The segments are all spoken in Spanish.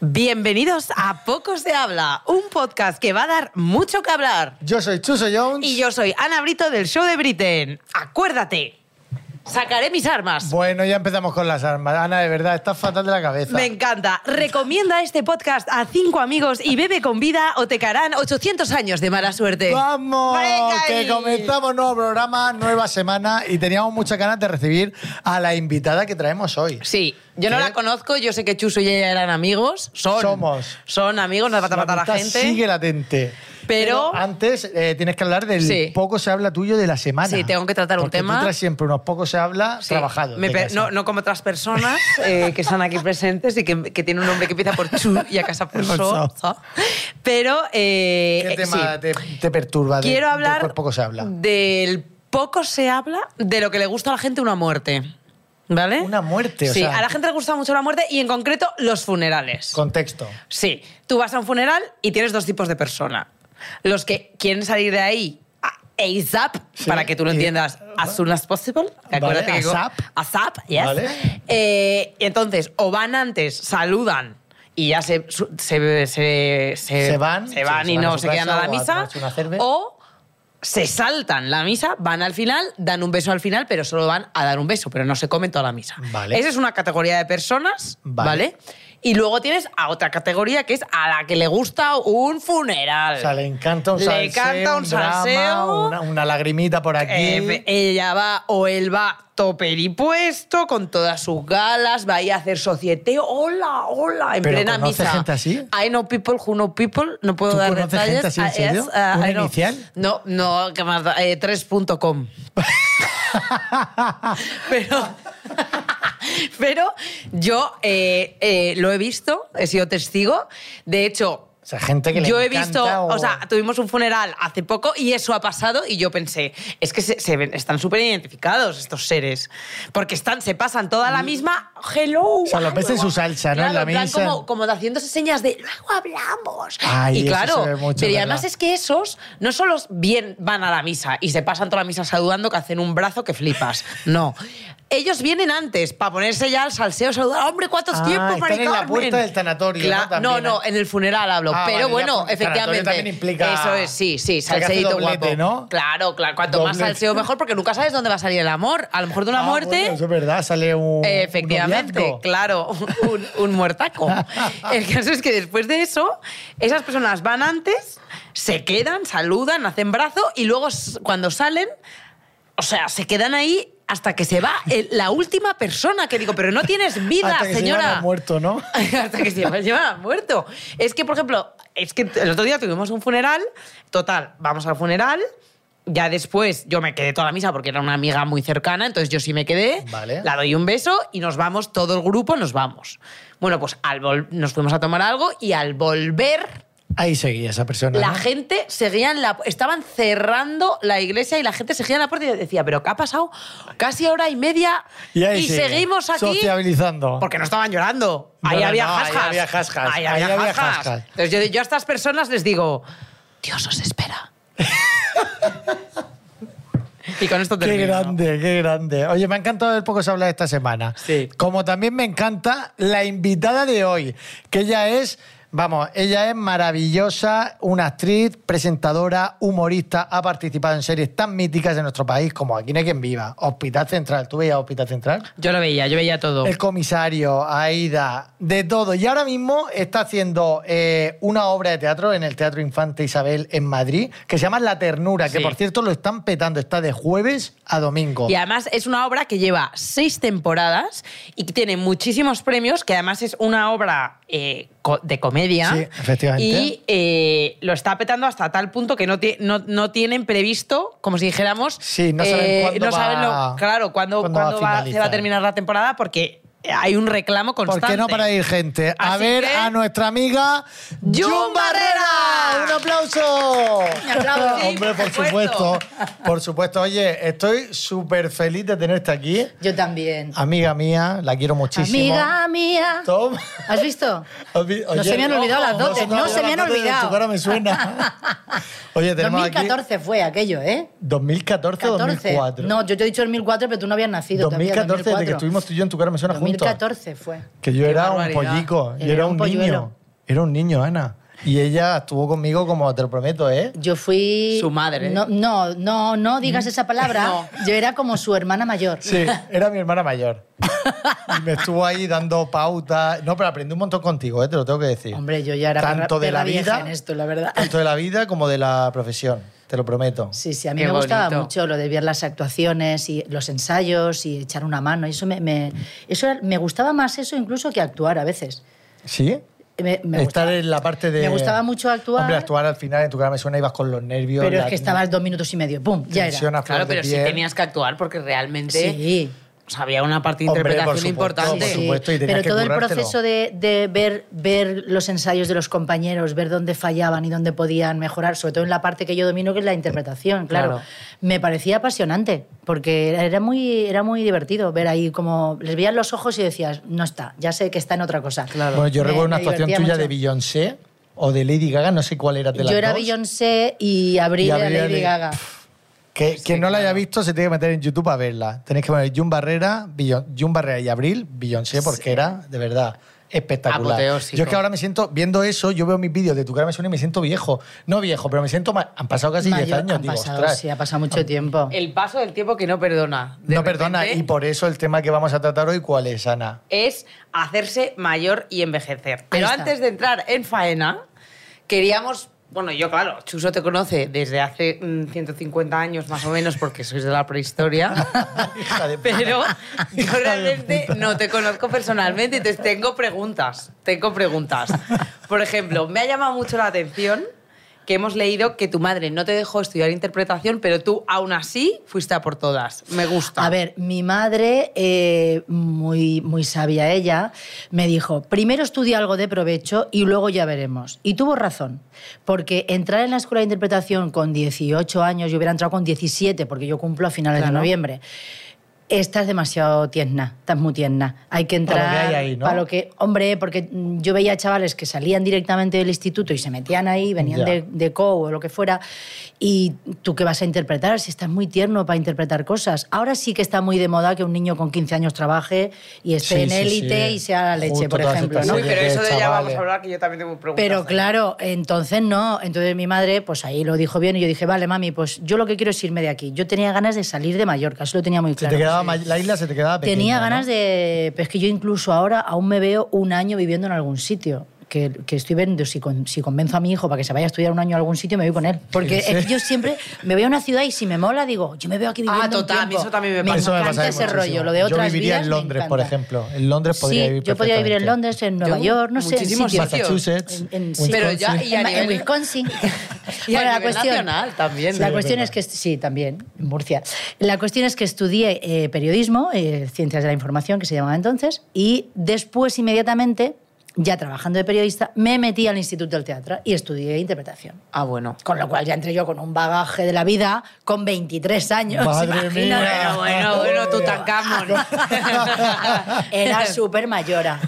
Bienvenidos a Poco se habla, un podcast que va a dar mucho que hablar. Yo soy Chuso Jones. Y yo soy Ana Brito del Show de Britain. Acuérdate, sacaré mis armas. Bueno, ya empezamos con las armas. Ana, de verdad, estás fatal de la cabeza. Me encanta. Recomienda este podcast a cinco amigos y bebe con vida o te caerán 800 años de mala suerte. ¡Vamos! Venga ahí. Que comenzamos nuevo programa, nueva semana y teníamos muchas ganas de recibir a la invitada que traemos hoy. Sí, yo no ¿Qué? la conozco, yo sé que Chuso y ella eran amigos. Son, Somos. Son amigos, no hace falta matar a la amistad gente. sigue latente. Pero- antes eh, tienes que hablar del Sí. poco se habla tuyo de la semana. Sí, tengo que tratar un Porque tema. Tú traes siempre unos pocos se habla Sí. trabajados. Me de pe- casa. no, no como otras personas eh, que están aquí presentes y que, que tiene un nombre que empieza por Chu y a casa por Por So. So. so. Pero. eh, ¿Qué eh, tema sí. te, te perturba? de- Quiero del hablar. cual poco se habla. Del poco se habla de lo que le gusta a la gente una muerte. ¿Vale? Una muerte, o Sí, sea- a la gente le gusta mucho la muerte y en concreto los funerales. Contexto. Sí, tú vas a un funeral y tienes dos tipos de persona. Los que quieren salir de ahí a- ASAP, Sí, para que tú lo y- entiendas as soon as possible. que Vale, acuérdate que co- ASAP. ASAP, yes. Vale. Eh, y entonces, o van antes, saludan y ya se, su- se, se, Se van, se van sí, y se van a no su se quedan casa a la o a misa. tomarse una cerve. O se saltan la misa, van al final, dan un beso al final, pero solo van a dar un beso, pero no se comen toda la misa. Vale. Esa es una categoría de personas, Vale. ¿vale? Y luego tienes a otra categoría que es a la que le gusta un funeral. O sea, le encanta un Le salseo, canta un drama, salseo. una, una lagrimita por aquí. Eh, ella va o él va toperipuesto con todas sus galas, va ahí a hacer societe, hola, hola, en ¿Pero plena conoces misa. gente así? I know people who know people, no puedo ¿Tú dar conoces detalles. gente así, en Ah, serio? yes, ah, ¿Una I know. inicial? No, no, que más da, eh, 3.com. pero pero yo eh, eh, lo he visto, he sido testigo. De hecho, O sea, gente que le yo he encanta visto, o- Ah, o... sea, tuvimos un funeral hace poco y eso ha pasado y yo pensé, es que se, se ven- están súper identificados estos seres, porque están, se pasan toda la misma, hello. O Mm. sea, los ves en su salsa, ¿no? En la misa. Como, como de haciéndose señas de, luego hablamos. Ay, y eso claro, se ve mucho, pero y ¿verdad? además es que esos no solo bien van a la misa y se pasan toda la misa saludando que hacen un brazo que flipas, no. Ellos vienen antes para ponerse ya al salseo, saludar, hombre, ¿cuántos Ah, tiempos, están Mari en la Carmen?". puerta del tanatorio, ¿no? no, También, no, ¿eh? en el funeral hablo. Ah, pero vale, ya bueno, porque el tanatorio efectivamente. también implica- Eso es, sí, sí, O sea, que hace salseíto doblete, guapo. ¿no? Claro, claro. Cuanto más Doblete. salseo, mejor, porque nunca sabes dónde va a salir el amor. A lo mejor de una Ah, muerte. bueno, eso es verdad, sale un. Efectivamente, un noviazgo. claro, un, un muertaco. El caso es que después de eso, esas personas van antes, se quedan, saludan, hacen brazo y luego s- cuando salen, o sea, se quedan ahí hasta que se va el- la última persona que digo, pero no tienes vida, Hasta que se señora. llevan al muerto, ¿no? hasta que se lleva muerto. Es que, por ejemplo, es que el otro día tuvimos un funeral, total, vamos al funeral. Ya después yo me quedé toda la misa porque era una amiga muy cercana, entonces yo sí me quedé, Vale. la doy un beso y nos vamos, todo el grupo nos vamos. Bueno, pues al vol- nos fuimos a tomar algo y al volver Ahí seguía esa persona. la ¿no? gente seguía en la... Estaban cerrando la iglesia y la gente seguía en la puerta y decía, pero ¿qué ha pasado? Casi hora y media Y, ahí sigue, seguimos aquí. Sociabilizando. Porque no estaban llorando. No, ahí, no, había no, ahí jasjas. había jasjas, Ahí ahí había había jasjas. jasjas. Entonces yo, yo a estas personas les digo, Dios os espera. y con esto termino. Qué grande, qué grande. Oye, me ha encantado el poco se habla de esta semana. Sí. Como también me encanta la invitada de hoy, que ella es, vamos, ella es maravillosa, una actriz, presentadora, humorista, ha participado en series tan míticas de nuestro país como Aquí no hay quien viva, Hospital Central. ¿Tú veías Hospital Central? Yo lo veía, yo veía todo. El comisario, Aida, de todo. Y ahora mismo está haciendo eh, una obra de teatro en el Teatro Infante Isabel en Madrid, que se llama La Ternura, que Sí. por cierto lo están petando. Está de jueves a domingo. Y además es una obra que lleva seis temporadas y que tiene muchísimos premios, que además es una obra eh, co- de comedia. Sí, efectivamente. Y eh, lo está petando hasta tal punto que no, ti- no, no tienen previsto, como si dijéramos... eh, Sí, no saben cuándo no va- saben lo- claro, cuándo, cuándo va cuándo a va- se va finalizar. a terminar la temporada porque hay un reclamo constante. ¿Por qué no para ir gente? A Así ver que- a nuestra amiga ¡Jun Jun Barrera! Barrera. ¡Un aplauso! Un aplauso, sí, Hombre, por por supuesto. Por supuesto. Oye, estoy súper feliz de tenerte aquí. Yo también. Amiga mía, la quiero Ah, muchísimo. Amiga mía. Tom. ¿Has visto? Oye, No se me han olvidado las dotes, no se me han las dotes, olvidado. Tu cara me suena. Oye, tenemos aquí 2014 fue aquello, ¿eh? 2014 14. 2004. No, yo te he dicho 2004, pero tú no habías nacido. todavía, 2014, desde que 2004. estuvimos tú y yo en tu cara me suena juntos. 2014 fue. Que yo Qué era un barbaridad. pollico, yo Era era un un niño. polluelo. Era un niño, Ana. Y ella estuvo conmigo como, te lo prometo, ¿eh? Yo fui... Su madre. ¿eh? No, no, no, no digas esa palabra. No. Yo era como su hermana mayor. Mm. Sí, era mi hermana mayor. Y me estuvo ahí dando pautas. No, pero aprendí un montón contigo, ¿eh? te lo tengo que decir. Hombre, yo ya era Tanto de perra la vieja vida- en esto, la verdad. Tanto de la vida como de la profesión, te lo prometo. Sí, sí, a mí Qué me gustaba bonito. mucho lo de ver las actuaciones y los ensayos y echar una mano. Y eso me, me- eso era- me gustaba más eso incluso que actuar a veces. ¿Sí? Me, me Estar gustaba. en la parte de... me gustaba mucho actuar. Hombre, actuar al final en tu cara me suena, ibas con los nervios. Pero la- es que estabas dos minutos y medio, ¡pum! Ya era. tensión a flor Claro, de pero sí piel. tenías que actuar porque realmente Sí, o sea, había una parte de Hombre, por interpretación supuesto, sí, por importante. sí. supuesto, y tenías Pero que todo el currártelo. proceso de, de ver, ver los ensayos de los compañeros, ver dónde fallaban y dónde podían mejorar, sobre todo en la parte que yo domino, que es la interpretación, claro. Claro. Me parecía apasionante, porque era- era muy, era muy divertido ver ahí como les veías los ojos y decías, no está, ya sé que está en otra cosa. Claro. Bueno, yo Me- recuerdo una me actuación tuya divertía de mucho. Beyoncé o de Lady Gaga, no sé cuál era de las Yo era dos. Beyoncé y Abril Y era Avril Lady era- Gaga. Que, quien no la haya visto se tiene que meter en YouTube a verla. Tenéis que poner Jun Barrera, Billo- Jun Barrera y Abril, Beyoncé, porque era de verdad espectacular. Apoteósico. Yo es que ahora me siento, viendo eso, yo veo mis vídeos de tu cara me suena y me siento viejo. No viejo, pero me siento ma- Han pasado casi 10 Mayor- años. han digo, pasado, ostras. sí, ha pasado mucho tiempo. El paso del tiempo que no perdona. De no perdona, repente, y por eso el tema que vamos a tratar hoy, ¿cuál es, Ana? es hacerse mayor y envejecer. Pero está. antes de entrar en faena, queríamos... Bueno, yo claro, Chuso te conoce desde hace mm, 150 años más o menos porque sois de la prehistoria. Hija de puta. Pero Hija yo de realmente puta. no te conozco personalmente, entonces tengo preguntas. Tengo preguntas. Por ejemplo, me ha llamado mucho la atención que hemos leído que tu madre no te dejó estudiar interpretación, pero tú aún así fuiste a por todas. Me gusta. A ver, mi madre, eh, muy, muy sabia ella, me dijo, primero estudia algo de provecho y luego ya veremos. Y tuvo razón, porque entrar en la escuela de interpretación con 18 años, yo hubiera entrado con 17, porque yo cumplo a finales Claro. de noviembre. Estás demasiado tierna, estás muy tierna. Hay que Para entrar lo que hay ahí, ¿no? para lo que- hombre, porque mm, yo veía chavales que salían directamente del instituto y se metían ahí, venían Ya. de, de co o lo que fuera, y tú qué vas a interpretar si estás muy tierno para interpretar cosas. Ahora sí que está muy de moda que un niño con 15 años trabaje y esté Sí, en sí, élite sí. y sea la leche, Justo por todas ejemplo. estas ¿no? Uy, series pero de eso de ya vamos chavales. a hablar, que yo también tengo preguntas. Pero ahí. claro, entonces no. Entonces mi madre, pues ahí lo dijo bien y yo dije, vale, mami, pues yo lo que quiero es irme de aquí. Yo tenía ganas de salir de Mallorca, eso lo tenía muy Se claro. te quedaba ma- La isla se te quedaba pequeña. Tenía ganas ¿no? de... Pero es que yo incluso ahora aún me veo un año viviendo en algún sitio. Que, que estoy viendo si, con- si convenzo a mi hijo para que se vaya a estudiar un año a algún sitio, me voy con él. Porque Sí, sí. es que yo siempre me veo a una ciudad y si me mola, digo, yo me veo aquí viviendo. un Ah, total, a mí tiempo. eso también me pasa. Eso me encanta pasaba ese muchísimo. rollo, lo de otras Yo viviría vidas, en me Londres, por encanta. ejemplo. En Londres podría sí, vivir yo podría vivir en perfectamente. Londres, en Nueva Yo, York, no sé, en muchísimos sitios. sitios. Massachusetts. En- en- Pero ya- Wisconsin. y a nivel- Y en, en Wisconsin. a Bueno, nivel nacional también. La Sí, cuestión es es que, sí, también, en Murcia. La cuestión es que estudié eh, periodismo, eh, ciencias de la información, que se llamaba entonces, y después, inmediatamente, ya trabajando de periodista, me metí al Instituto del Teatro y estudié interpretación. Ah, bueno. Con lo cual ya entré yo con un bagaje de la vida, con 23 años. Madre imagínate. mía. Bueno, bueno, bueno, Tutankamón. Era súper mayora.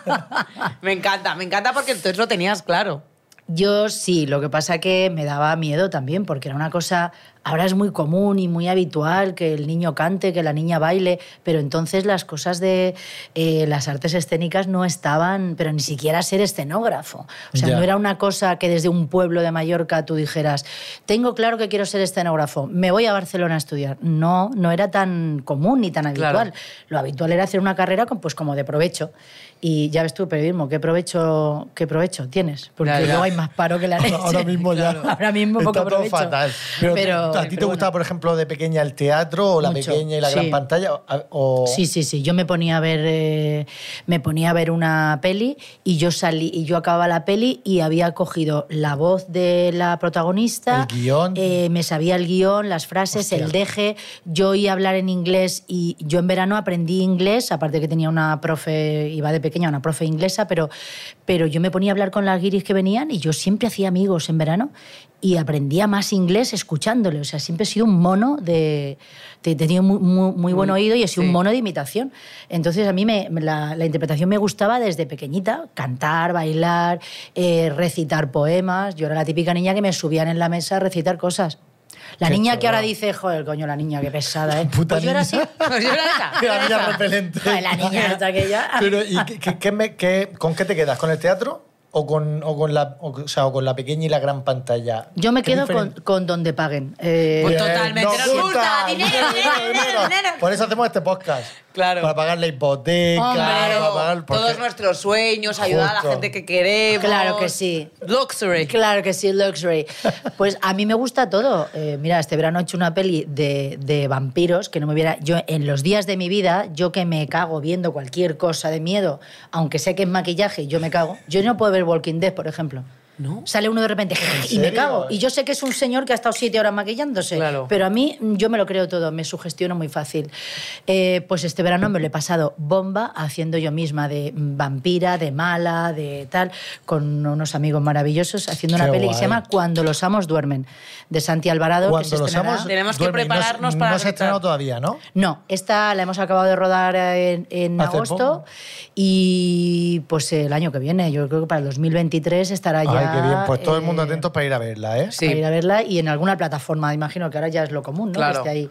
Me encanta, me encanta porque entonces lo tenías claro. Yo sí, lo que pasa que me daba miedo también, porque era una cosa, ahora es muy común y muy habitual que el niño cante, que la niña baile, pero entonces las cosas de eh, las artes escénicas no estaban, pero ni siquiera ser escenógrafo. O sea, Ya. no era una cosa que desde un pueblo de Mallorca tú dijeras, tengo claro que quiero ser escenógrafo, me voy a Barcelona a estudiar. No, no era tan común ni tan habitual. Claro. Lo habitual era hacer una carrera con- pues como de provecho. Y ya ves tú, periodismo, ¿qué provecho, qué provecho tienes? Porque Claro. luego hay más paro que la leche. Ahora mismo ya. Ahora mismo poco Está todo provecho. fatal. Pero, ¿A ti te pero gustaba, bueno. por ejemplo, de pequeña el teatro o la Mucho, pequeña y la gran sí. pantalla? O- O, Sí, sí, sí. Yo me ponía a ver, eh, me ponía a ver una peli y yo salí y yo acababa la peli y había cogido la voz de la protagonista, El guión. eh, me sabía el guión, las frases, Hostia. el deje. Yo oía hablar en inglés y yo en verano aprendí inglés, aparte que tenía una profe, iba de pequeña una profe inglesa, pero, pero yo me ponía a hablar con las guiris que venían y yo siempre hacía amigos en verano y aprendía más inglés escuchándole. O sea, siempre he sido un mono de... He tenido muy, muy, muy buen Muy- oído y he sido sí. un mono de imitación. Entonces a mí me, me- la, la interpretación me gustaba desde pequeñita, cantar, bailar, eh, recitar poemas. Yo era la típica niña que me subían en la mesa a recitar cosas. La Qué niña que chorra. ahora dice, joder, coño, la niña, qué pesada, ¿eh? Puta pues yo era así. niña. Pues yo era esa. La niña repelente. Joder, la niña esta aquella. Pero, ¿y qué- qué- qué me- qué- con qué te quedas? ¿Con el teatro? ¿O con, o con la, o, o sea, o con la pequeña y la gran pantalla? Yo me ¿Qué quedo con, diferen- con donde paguen. Eh, Pues Bien, totalmente, nos nos gusta, dinero, dinero, dinero, dinero. Por eso hacemos este podcast. Claro. Para pagar la hipoteca, Hombre, para Claro, pagar... porque- todos nuestros sueños, ayudar a Justo. la gente que queremos. Claro que sí. Luxury. Claro que sí, luxury. Pues a mí me gusta todo. Eh, mira, este verano he hecho una peli de, de vampiros que no me hubiera. Yo, en los días de mi vida, yo que me cago viendo cualquier cosa de miedo, aunque sé que es maquillaje, yo me cago. Yo no puedo ver Walking Dead, por ejemplo. No. Sale uno de repente y me serio? cago. Y yo sé que es un señor que ha estado siete horas maquillándose. Claro. Pero a mí yo me lo creo todo, me sugestiono muy fácil. Eh, pues este verano me lo he pasado bomba haciendo yo misma de vampira, de mala, de tal, con unos amigos maravillosos haciendo una Qué peli que se guay. llama Cuando los amos duermen, de Santi Alvarado. que Cuando se los estrenará- amos Tenemos que duermen. No se- prepararnos para No se ha gritar. estrenado todavía, ¿no? No, esta la hemos acabado de rodar en, en Hace agosto poco. y pues el año que viene, yo creo que para el 2023 estará ya... Ay, qué bien. Pues todo el mundo eh, atento para ir a verla, ¿eh? Sí. para ir a verla y en alguna plataforma. Imagino que ahora ya es lo común, ¿no? Que Claro. esté ahí.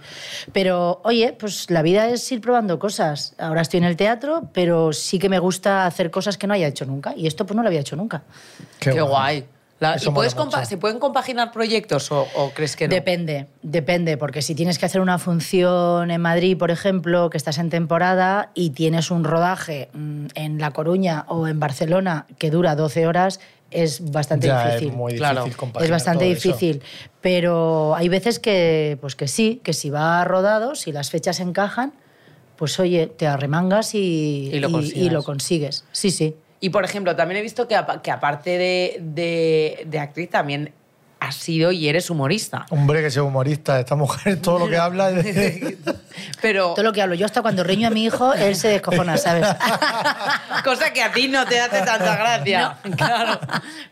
Pero, oye, pues la vida es ir probando cosas. Ahora estoy en el teatro, pero sí que me gusta hacer cosas que no haya hecho nunca. Y esto pues no lo había hecho nunca. Qué, guay. La- Eso ¿Y puedes mola mucho. compa- se pueden compaginar proyectos o, o crees que no? Depende, depende, porque si tienes que hacer una función en Madrid, por ejemplo, que estás en temporada y tienes un rodaje mm, en La Coruña o en Barcelona que dura 12 horas, es bastante Ya, difícil. Es muy difícil Claro. compaginar Es bastante todo eso. difícil, pero hay veces que, pues que sí, que si va rodado, si las fechas encajan, pues oye, te arremangas y, Y lo consigues. y lo consigues. Sí, sí. Y por ejemplo, también he visto que, apa- que aparte de, de- de actriz, también has sido y eres humorista. Hombre, que sea humorista. Esta mujer, todo lo que habla... Pero, Todo lo que hablo yo, hasta cuando riño a mi hijo, él se descojona, ¿sabes? cosa que a ti no te hace tanta gracia. Claro.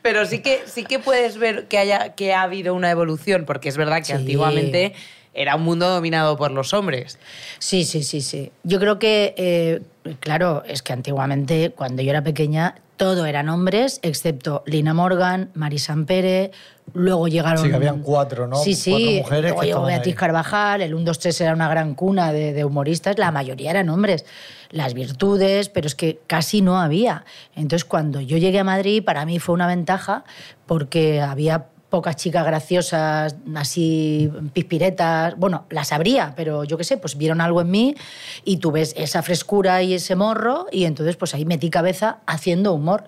Pero sí que, sí que puedes ver que, haya, que ha habido una evolución, porque es verdad que Sí. antiguamente era un mundo dominado por los hombres. Sí, sí, sí, sí. Yo creo que, eh, claro, es que antiguamente, cuando yo era pequeña, todo eran hombres, excepto Lina Morgan, Marisan Pérez, luego llegaron... Sí, que habían cuatro, ¿no? Sí, sí. Cuatro mujeres que luego llegó estaban Beatriz ahí. Carvajal, el 1, 2, 3 era una gran cuna de, de humoristas, la mayoría eran hombres. Las virtudes, pero es que casi no había. Entonces, cuando yo llegué a Madrid, para mí fue una ventaja porque había pocas chicas graciosas, así pispiretas, bueno, las habría, pero yo qué sé, pues vieron algo en mí y tú ves esa frescura y ese morro y entonces pues ahí metí cabeza haciendo humor.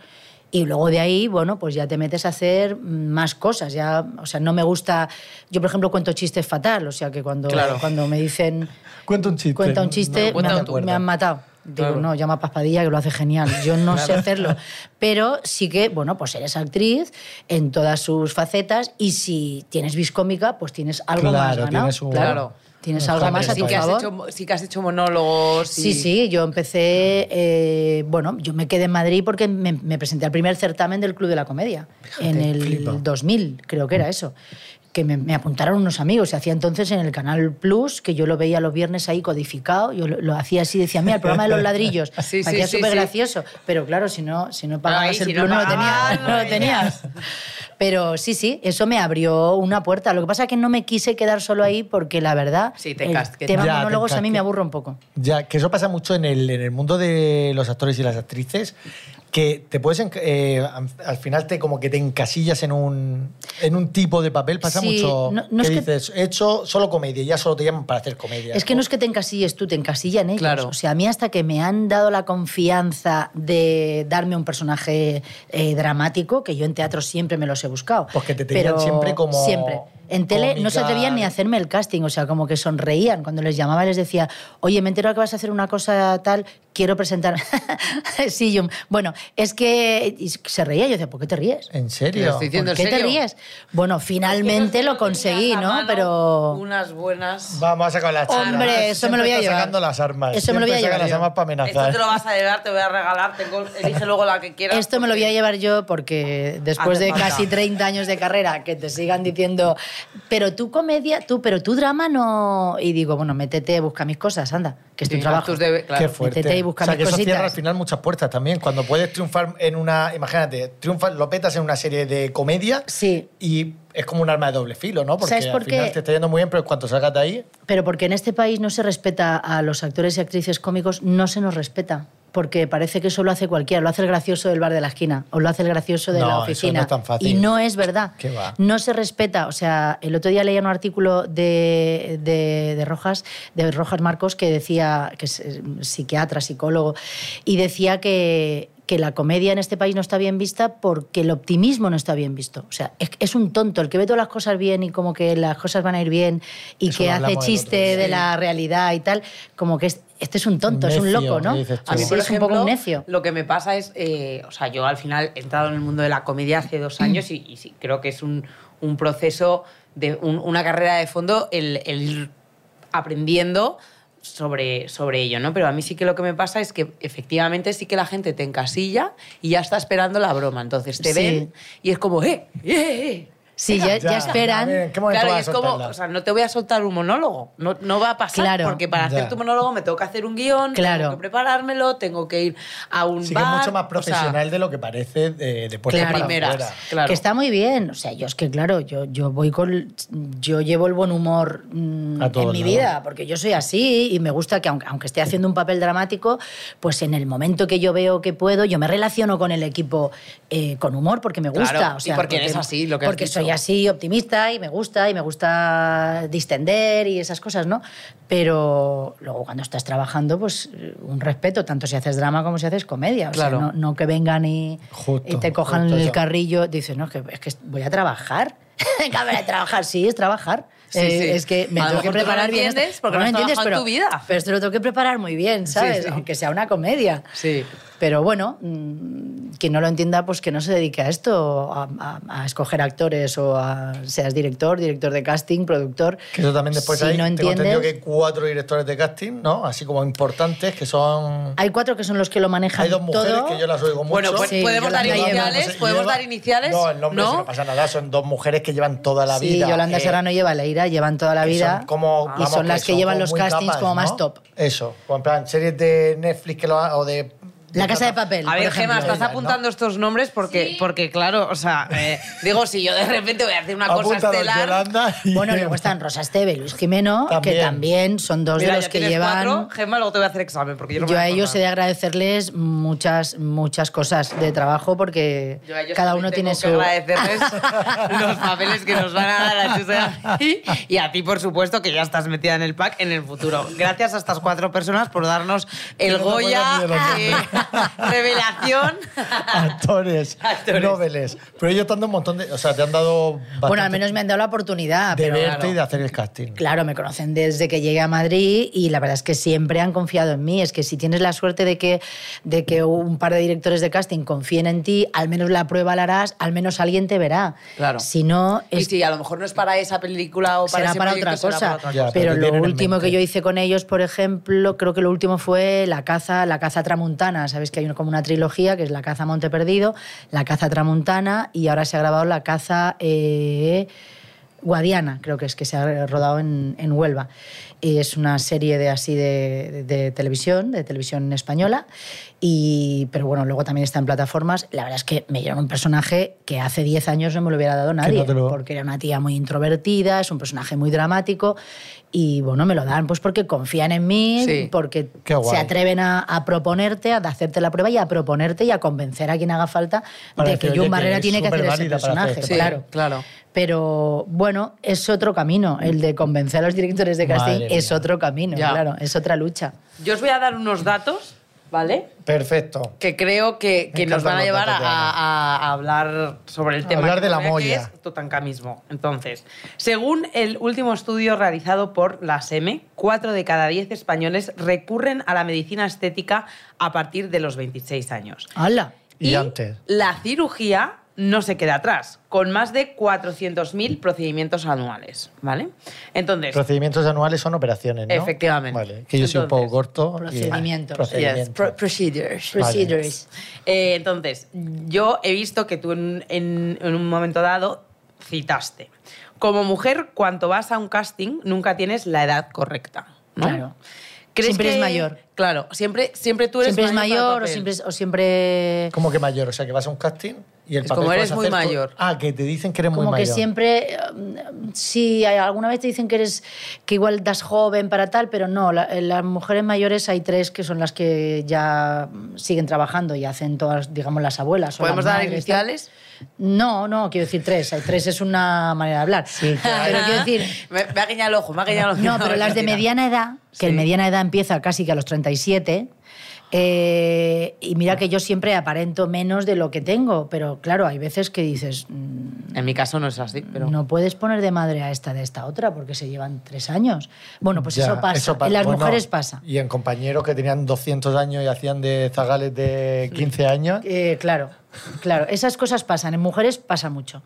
Y luego de ahí, bueno, pues ya te metes a hacer más cosas. Ya, o sea, no me gusta. Yo, por ejemplo, cuento chistes fatal. O sea, que cuando, Claro. cuando me dicen Cuenta un chiste. cuenta un chiste, cuenta me, un han- acuerdo. me han matado. Digo, Claro. no, llama a Paspadilla que lo hace genial. Yo no sé hacerlo. Pero sí que, bueno, pues eres actriz en todas sus facetas y si tienes vis cómica, pues tienes algo más Claro, ganado. tienes un- Claro. Tienes un algo handle, más a sí, tu que has favor. hecho, sí que has hecho monólogos. y- Sí, sí, yo empecé, Ah. eh, bueno, yo me quedé en Madrid porque me, me presenté al primer certamen del Club de la Comedia, en el flipa. 2000, creo que era Mm. eso, que me, me apuntaron unos amigos, se hacía entonces en el Canal Plus, que yo lo veía los viernes ahí codificado, yo lo, lo hacía así, decía, mira, el programa de los ladrillos, Sí, me sí, hacía sí, súper sí. gracioso, pero claro, si no, si no pagabas Ahí, el si no Plus no, lo pagabas, Ah, tenías, no no lo tenías. Pero sí, sí, eso me abrió una puerta. Lo que pasa es que no me quise quedar solo ahí porque la verdad, Sí, te el casqué. tema Ya, te monólogos a mí casqué. me aburre un poco. Ya, que eso pasa mucho en el, en el mundo de los actores y las actrices, que te puedes enca- eh, al final te como que te encasillas en un, en un tipo de papel, pasa Sí, mucho no- no que es que- dices, he hecho solo comedia, ya solo te llaman para hacer comedia. Es que no es que te encasilles tú, te encasillan ellos. Claro. O sea, a mí hasta que me han dado la confianza de darme un personaje eh, dramático, que yo en teatro siempre me los he buscado. Pues que te tenían Pero siempre como Siempre. En tele no se cómica. atrevían ni a hacerme el casting, o sea, como que sonreían. Cuando les llamaba les decía, oye, me he enterado que vas a hacer una cosa tal, quiero presentar... sí, yo... Bueno, es que... y se reía, yo decía, ¿por qué te ríes? Eh, ¿En Te lo serio? estoy diciendo, ¿Por ¿en qué te serio? ríes? Bueno, finalmente lo conseguí, ¿no? Pero... Unas buenas. Vamos a sacar las Hombre, armas. eso Siempre me lo voy a está llevar. sacando las armas. Eso me Siempre lo voy a saca llevar las yo. armas para Esto amenazar. te lo vas a llevar, te voy a regalar. tengo- elige luego la que quieras. Esto me lo voy a llevar yo porque después Hace de falta. casi 30 años de carrera, que te sigan diciendo pero tú comedia, tú, pero tú drama no. Y digo, bueno, métete, busca mis cosas, anda, que es tu Sí, trabajo. tus debe- claro. Qué fuerte. Métete y o busca sea, mis que eso cositas. cierra al final muchas puertas también. Cuando puedes triunfar en una. Imagínate, triunfas, lo petas en una serie de comedia Sí. y es como un arma de doble filo, ¿no? Porque ¿Sabes por al final qué? te está yendo muy bien, pero en cuanto salgas de ahí. Pero porque en este país no se respeta a los actores y actrices cómicos, no se nos respeta. Porque parece que eso lo hace cualquiera, lo hace el gracioso del bar de la esquina o lo hace el gracioso de No, la eso oficina. no es tan fácil. Y no es verdad. ¿Qué va? No se respeta. O sea, el otro día leía un artículo de, de- de Rojas, de Rojas Marcos, que decía, que es eh, psiquiatra, psicólogo, y decía que, que la comedia en este país no está bien vista porque el optimismo no está bien visto. O sea, es, es un tonto el que ve todas las cosas bien y como que las cosas van a ir bien y Eso que lo hace hablamos el otro día. chiste de la realidad y tal, como que es- este es un tonto, es un Necio, loco, ¿no? dices tú. A mí, Así por es ejemplo, un poco un necio. Lo que me pasa es, eh, o sea, yo al final he entrado en el mundo de la comedia hace Mm. dos años y, y sí, creo que es un, un proceso de un- una carrera de fondo el, el ir aprendiendo sobre, sobre ello, ¿no? Pero a mí sí que lo que me pasa es que efectivamente sí que la gente te encasilla y ya está esperando la broma. Entonces te Sí. ven y es como, ¡eh! ¡eh! eh! Sí, ya, ya a esperan. ver, ¿en qué momento claro, y es vas a como, soltarla? o sea, no te voy a soltar un monólogo, no, no va a pasar, Claro. porque para Ya. hacer tu monólogo me tengo que hacer un guión, Claro. tengo que preparármelo, tengo que ir a un Sí que bar. es mucho o más sea, profesional de lo que parece de, de puertas de Claro. para primeras, afuera. claro. Que está muy bien. O sea, yo es que, claro, yo, yo voy con. Yo llevo el buen humor mm, A todos en mi lados. vida, porque yo soy así y me gusta que, aunque, aunque esté haciendo un papel dramático, pues en el momento que yo veo que puedo, yo me relaciono con el equipo eh, con humor, porque me gusta. Claro, o sea, y porque eres así, lo que has Porque dicho. soy así, optimista y me gusta, y me gusta distender y esas cosas, ¿no? Pero luego cuando estás trabajando, pues un respeto, tanto si haces drama como si haces comedia. O Claro. sea, no, no que vengan y, Justo, y te cojan justo el eso. carrillo, dices, no, es que, es que voy a trabajar. Cabrón, trabajar, sí, es trabajar. Sí, Eh, sí. Es que me A lo tengo que mejor tú no lo preparar bien. entiendes esto. porque no has lo trabajado en pero, tu vida. pero esto lo tengo que preparar muy bien, ¿sabes? sí. Aunque sea una comedia. Sí. Pero bueno, mm, quien no lo entienda, pues que no se dedique a esto, a, a- a escoger actores o a seas director, director de casting, productor. Que eso también después Si hay. no tengo entendido entiendes, que hay cuatro directores de casting, ¿no? Así como importantes, que son. hay cuatro que son los que lo manejan Hay dos mujeres todo. que yo las oigo mucho. Bueno, pues Sí, podemos Yolanda dar Lleva. iniciales, Lleva- podemos dar iniciales. No, el nombre ¿no? si no pasa nada. Son dos mujeres que llevan toda la sí, vida. Yolanda eh, Serrano y Eva Leira llevan toda la que vida. son como, y vamos, son las que, llevan como los muy castings capas, como más ¿no? top. Eso. O en plan, series de Netflix que lo ha- o de. La Casa de Papel. A ver, por ejemplo. Gemma, estás ¿no? apuntando estos nombres porque, porque claro, o sea, eh, digo, si yo de repente voy a hacer una cosa Apunta dos estelar. Yolanda y- Bueno, luego están Rosa Esteve y Luis Jimeno, También. que también son dos Mira, de ya los que tienes llevan. cuatro. Gemma, luego te voy a hacer examen porque yo no me Yo voy a ellos he acordar. de agradecerles muchas, muchas cosas de trabajo porque Yo a ellos cada también uno tiene tengo su. que agradecerles los papeles que nos van a dar a Chusa y, y a ti, por supuesto, que ya estás metida en el pack en el futuro. Gracias a estas cuatro personas por darnos el Pero no Goya, puedo ni de los eh, revelación. Actores, Actores. noveles. Pero ellos te han dado un montón de. O sea, te han dado. Bueno, bastante al menos me han dado la oportunidad. De pero verte claro. y de hacer el casting. Claro, me conocen desde que llegué a Madrid y la verdad es que siempre han confiado en mí. Es que si tienes la suerte de que, de que un par de directores de casting confíen en ti, al menos la prueba la harás, al menos alguien te verá. Claro. Si no, Y es si a lo mejor no es para esa película o para será ese para proyecto, otra será cosa. para otra Ya, cosa. pero pero te lo tienen en último que mente. yo hice con ellos, por ejemplo, creo que lo último fue la caza, la caza tramuntana. Sabéis que hay como una trilogía que es la caza Monte Perdido, la caza tramuntana y ahora se ha grabado la caza. eh, Guadiana, creo que es que se ha rodado en, en Huelva. Y es una serie de así de, de televisión, de televisión española. Y, pero bueno, luego también está en plataformas. La verdad es que me dieron un personaje que hace 10 años no me lo hubiera dado nadie. no te lo- Porque era una tía muy introvertida, es un personaje muy dramático. Y bueno, me lo dan pues porque confían en mí, Sí. porque Qué guay. se atreven a, a proponerte, a hacerte la prueba y a proponerte y a convencer a quien haga falta Para de decir, que oye, que Jun Barrera es tiene que hacer ese superválida para hacer personaje. este Sí, claro. claro. Pero bueno, es otro camino. El de convencer a los directores de casting Madre es mía. otro camino, Ya. claro, es otra lucha. Yo os voy a dar unos datos, ¿vale? Perfecto. que creo que, Me que nos encantan van a los llevar a, datos de Ana. a- a hablar sobre el A tema. hablar que de la todavía molla. que es Tutankhamismo. Entonces, según el último estudio realizado por la SEME, 4 de cada 10 españoles recurren a la medicina estética a partir de los 26 años. ¡Hala! Y antes. La cirugía no se queda atrás, con más de 400.000 procedimientos anuales, ¿vale? Entonces, Procedimientos anuales son operaciones, ¿no? Efectivamente. Vale, que yo soy un Entonces, poco corto. y- Yes, procedimientos. Procedimientos. pro- procedures. Vale. Procedures. Eh, entonces, yo he visto que tú en, en- en un momento dado citaste como mujer, cuando vas a un casting, nunca tienes la edad correcta. ¿no? Claro. ¿Crees Siempre que- eres mayor. Claro, siempre, siempre tú eres Siempre es para el mayor o papel. siempre, es- o siempre... Como que mayor, o sea, que vas a un casting y el Es papel como que eres vas a muy hacer tú- mayor. Ah, que te dicen que eres Como muy que mayor. siempre, mm, sí, hay- alguna vez te dicen que eres que igual das joven para tal, pero no, la- en las mujeres mayores hay tres que son las que ya mm, siguen trabajando y hacen todas, digamos, las abuelas. o ¿Podemos las dar madres, tal. iniciales? No, no, quiero decir tres. Hay tres es una manera de hablar. Pero quiero decir, Me, me ha guiñado el ojo, me ha guiñado el ojo. no, pero las de mentira. mediana edad, que el Sí. mediana edad empieza casi que a los 37. eh, y mira que yo siempre aparento menos de lo que tengo, pero claro, hay veces que dices, mm, En mi caso no es así, pero... no puedes poner de madre a esta de esta otra porque se llevan tres años. Bueno, pues Ya, eso pasa. eso pa- en las bueno, mujeres pasa. Y en compañeros que tenían 200 años y hacían de zagales de 15 años. Eh, claro, claro. Esas cosas pasan. En mujeres pasa mucho.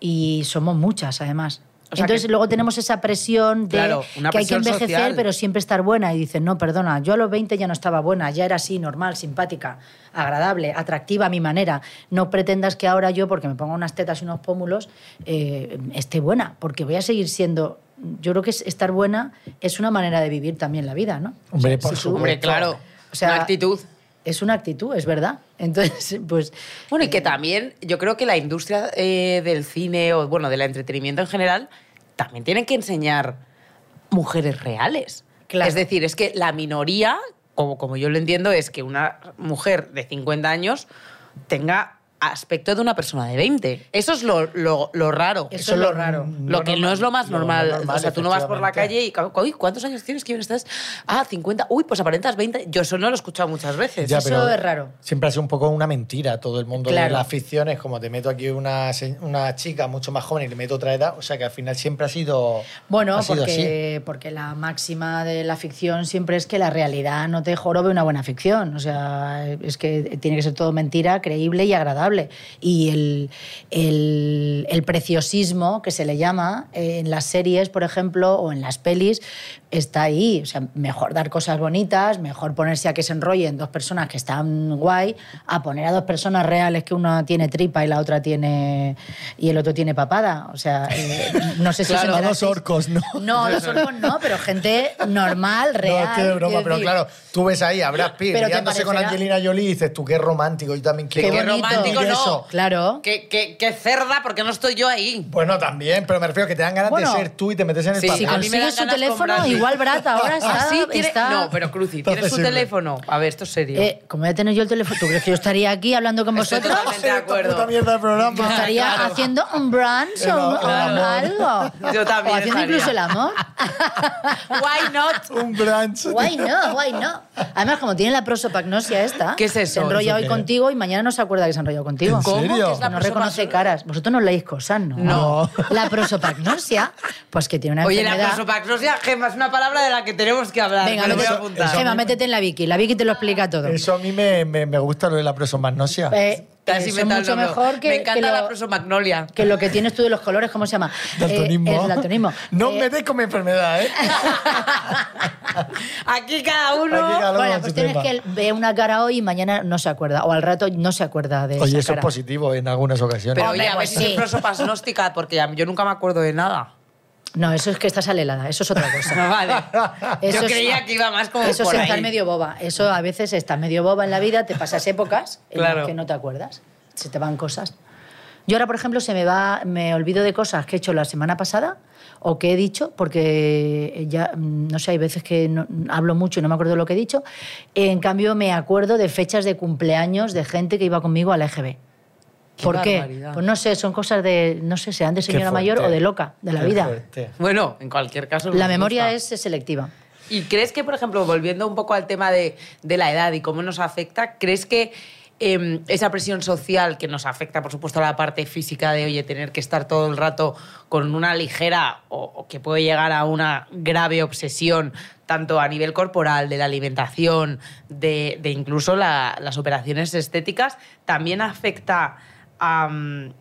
Y somos muchas, además. O sea Entonces que- luego tenemos esa presión de Claro, una que hay que presión envejecer social. pero siempre estar buena. Y dicen, no, perdona, yo a los 20 ya no estaba buena, ya era así, normal, simpática, agradable, atractiva a mi manera. No pretendas que ahora yo, porque me ponga unas tetas y unos pómulos, eh, esté buena, porque voy a seguir siendo... Yo creo que es- estar buena es una manera de vivir también la vida, ¿no? Hombre, si por tú- supuesto. Hombre, claro. O sea- una actitud. Es una actitud, es verdad. Entonces, pues... Bueno, y que también yo creo que la industria eh, del cine o, bueno, del entretenimiento en general también tiene que enseñar mujeres reales. Claro. Es decir, es que la minoría, como, como yo lo entiendo, es que una mujer de 50 años tenga aspecto de una persona de 20. Eso es lo, lo- lo raro. Eso es lo raro. Lo que no es lo más normal. normal, o sea, tú no vas por la efectivamente. calle y. ca- Uy, ¿cuántos años tienes? ¿Quién estás? Ah, 50. Uy, pues aparentas 20. Yo eso no lo he escuchado muchas veces. Ya, Eso pero es raro. Siempre ha sido un poco una mentira todo el mundo de Claro. las ficciones, como te meto aquí una, se- una chica mucho más joven y le meto otra edad, o sea que al final siempre ha sido Bueno, ha sido así. porque, porque la máxima de la ficción siempre es que la realidad no te jorobe una buena ficción. O sea, es que tiene que ser todo mentira, creíble y agradable. Y el, el- el preciosismo que se le llama eh, en las series, por ejemplo, o en las pelis, está ahí. O sea, mejor dar cosas bonitas, mejor ponerse a que se enrollen dos personas que están guay, a poner a dos personas reales que una tiene tripa y la otra tiene. y el otro tiene papada. O sea, eh, no sé si os Claro, A enterasteis. dos orcos, ¿no? No, los orcos no, pero gente normal, real. no, estoy de broma, quiero pero decir, claro, tú ves ahí a Brad Pitt Pero te liándose con parecerá- Angelina Jolie y dices, tú qué romántico, yo también quiero. Qué bonito. romántico, Y no. eso. Claro. ¿Qué, qué, qué cerda, porque no estoy yo ahí. Bueno, también, pero me refiero a que te dan ganas Bueno, de ser tú y te metes en el sí, papel. Si A mí me dan consigues su ganas con teléfono, Bradley. igual Brad ahora está... Así tiene- está- No, pero Cruci, ¿tienes Entonces su sirve. teléfono? A ver, esto es serio. Eh, como voy a tener yo el teléfono, ¿tú crees que yo estaría aquí hablando con Estoy vosotros? totalmente de acuerdo. Puta mierda de Yo programa. estaría Claro. haciendo un brunch El- o, un- el o amor. algo. Yo también O haciendo estaría. incluso el amor. Why not? Un brunch. Guay no, guay no. Además, como tiene la prosopagnosia esta, ¿Qué es eso? se enrolla ¿Eso hoy qué? contigo y mañana no se acuerda que se ha enrollado contigo. ¿En ¿Cómo serio? que es la no persona reconoce más- caras. Vosotros no leéis cosas, ¿no? No. La prosopagnosia, pues que tiene una Oye, la enfermedad... prosopagnosia, Gemma, es una palabra de la que tenemos que hablar. Venga, me lo voy métete- a eso- apuntar. Gemma, métete en la Vicky. La Vicky te lo explica todo. Eso a mí me, me, me gusta lo de la prosomagnosia. Eh, Te has eso es inventado el mucho nombre. mejor que, Me que encanta lo, la prosomagnolia. que lo que tienes tú de los colores, ¿cómo se llama? daltonismo. Eh, el daltonismo. No Eh, me des con mi enfermedad, ¿eh? Aquí cada Aquí cada- uno... Hablamos Bueno, de la tu cuestión es tema. que él ve una cara hoy y mañana no se acuerda. O al rato no se acuerda de Oye, esa eso es cara. positivo en algunas ocasiones. Pero Hombre, oye, a ver pues si es sí. prosopagnóstica, porque a mí- yo nunca me acuerdo de nada. No, eso es que estás alelada. Eso es otra cosa. No, Ah, vale. Eso yo es- creía que iba más como Eso por es ahí. estar medio boba. Eso a veces estás medio boba en la vida, te pasas épocas en Claro. las que no te acuerdas. Se te van cosas. Yo ahora, por ejemplo, se me va, me olvido de cosas que he hecho la semana pasada o que he dicho, porque ya, mm, no sé, hay veces que no- hablo mucho y no me acuerdo de lo que he dicho. En cambio, me acuerdo de fechas de cumpleaños de gente que iba conmigo a la EGB. Qué ¿Por qué? barbaridad. Pues no sé, son cosas de, no sé, sean de señora mayor o fuerte. de loca, de la Qué vida. fuerte. Bueno, en cualquier caso... La nos memoria gusta. es selectiva. ¿Y crees que, por ejemplo, volviendo un poco al tema de, de la edad y cómo nos afecta, crees que em, esa presión social que nos afecta, por supuesto, a la parte física de, oye, tener que estar todo el rato con una ligera o, o que puede llegar a una grave obsesión, tanto a nivel corporal, de la alimentación, de, de incluso la- las operaciones estéticas, también afecta a... mm,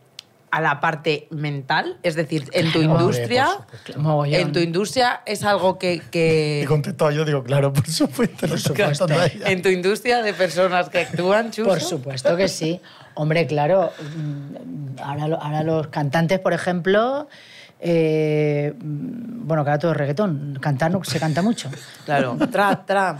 a la parte mental, es decir, en tu Claro, hombre, por industria, Mogollón. en tu industria es algo que... Y que- contestado yo, digo, claro, por supuesto. Por supuesto. en tu industria de personas que actúan, Chuso. Por supuesto que sí. Hombre, claro. mm, Ahora, lo- ahora los cantantes, por ejemplo, eh, bueno, que ahora todo es reggaetón, cantar no se canta mucho. Claro. Tra, tra.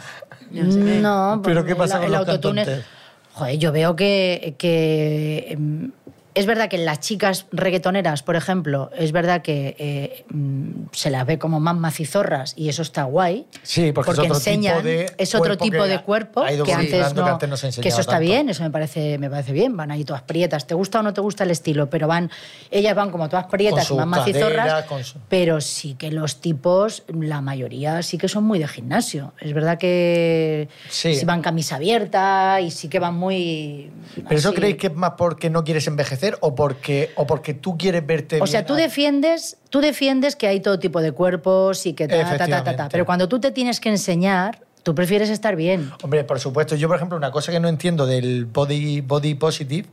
Yo sé qué. No, Pero porque ¿qué pasa el- con el los autotune- cantantes? Joder, yo veo que, que, em, es verdad que las chicas reggaetoneras, por ejemplo, es verdad que eh, mm, se las ve como más macizorras y eso está guay. Sí, porque es otro tipo enseñan, de es otro cuerpo tipo que de cuerpo ha ido que antes, evolucionando, no, que antes no se enseñaba eso está tanto. bien, eso me parece, me parece bien. Van ahí todas prietas, te gusta o no te gusta el estilo, pero van, ellas van como todas prietas, sus más macizorras, caderas, con su- pero sí que los tipos, la mayoría sí que son muy de gimnasio. Es verdad que Sí. van camisa abierta y sí que van muy... ¿Pero eso así. creéis que es más porque no quieres envejecer o porque, o porque tú quieres verte O sea, bien? tú defiendes, tú defiendes que hay todo tipo de cuerpos y que ta, ta, ta, ta, ta, Efectivamente. Pero cuando tú te tienes que enseñar, tú prefieres estar bien. Hombre, por supuesto. Yo, por ejemplo, una cosa que no entiendo del body, body positive,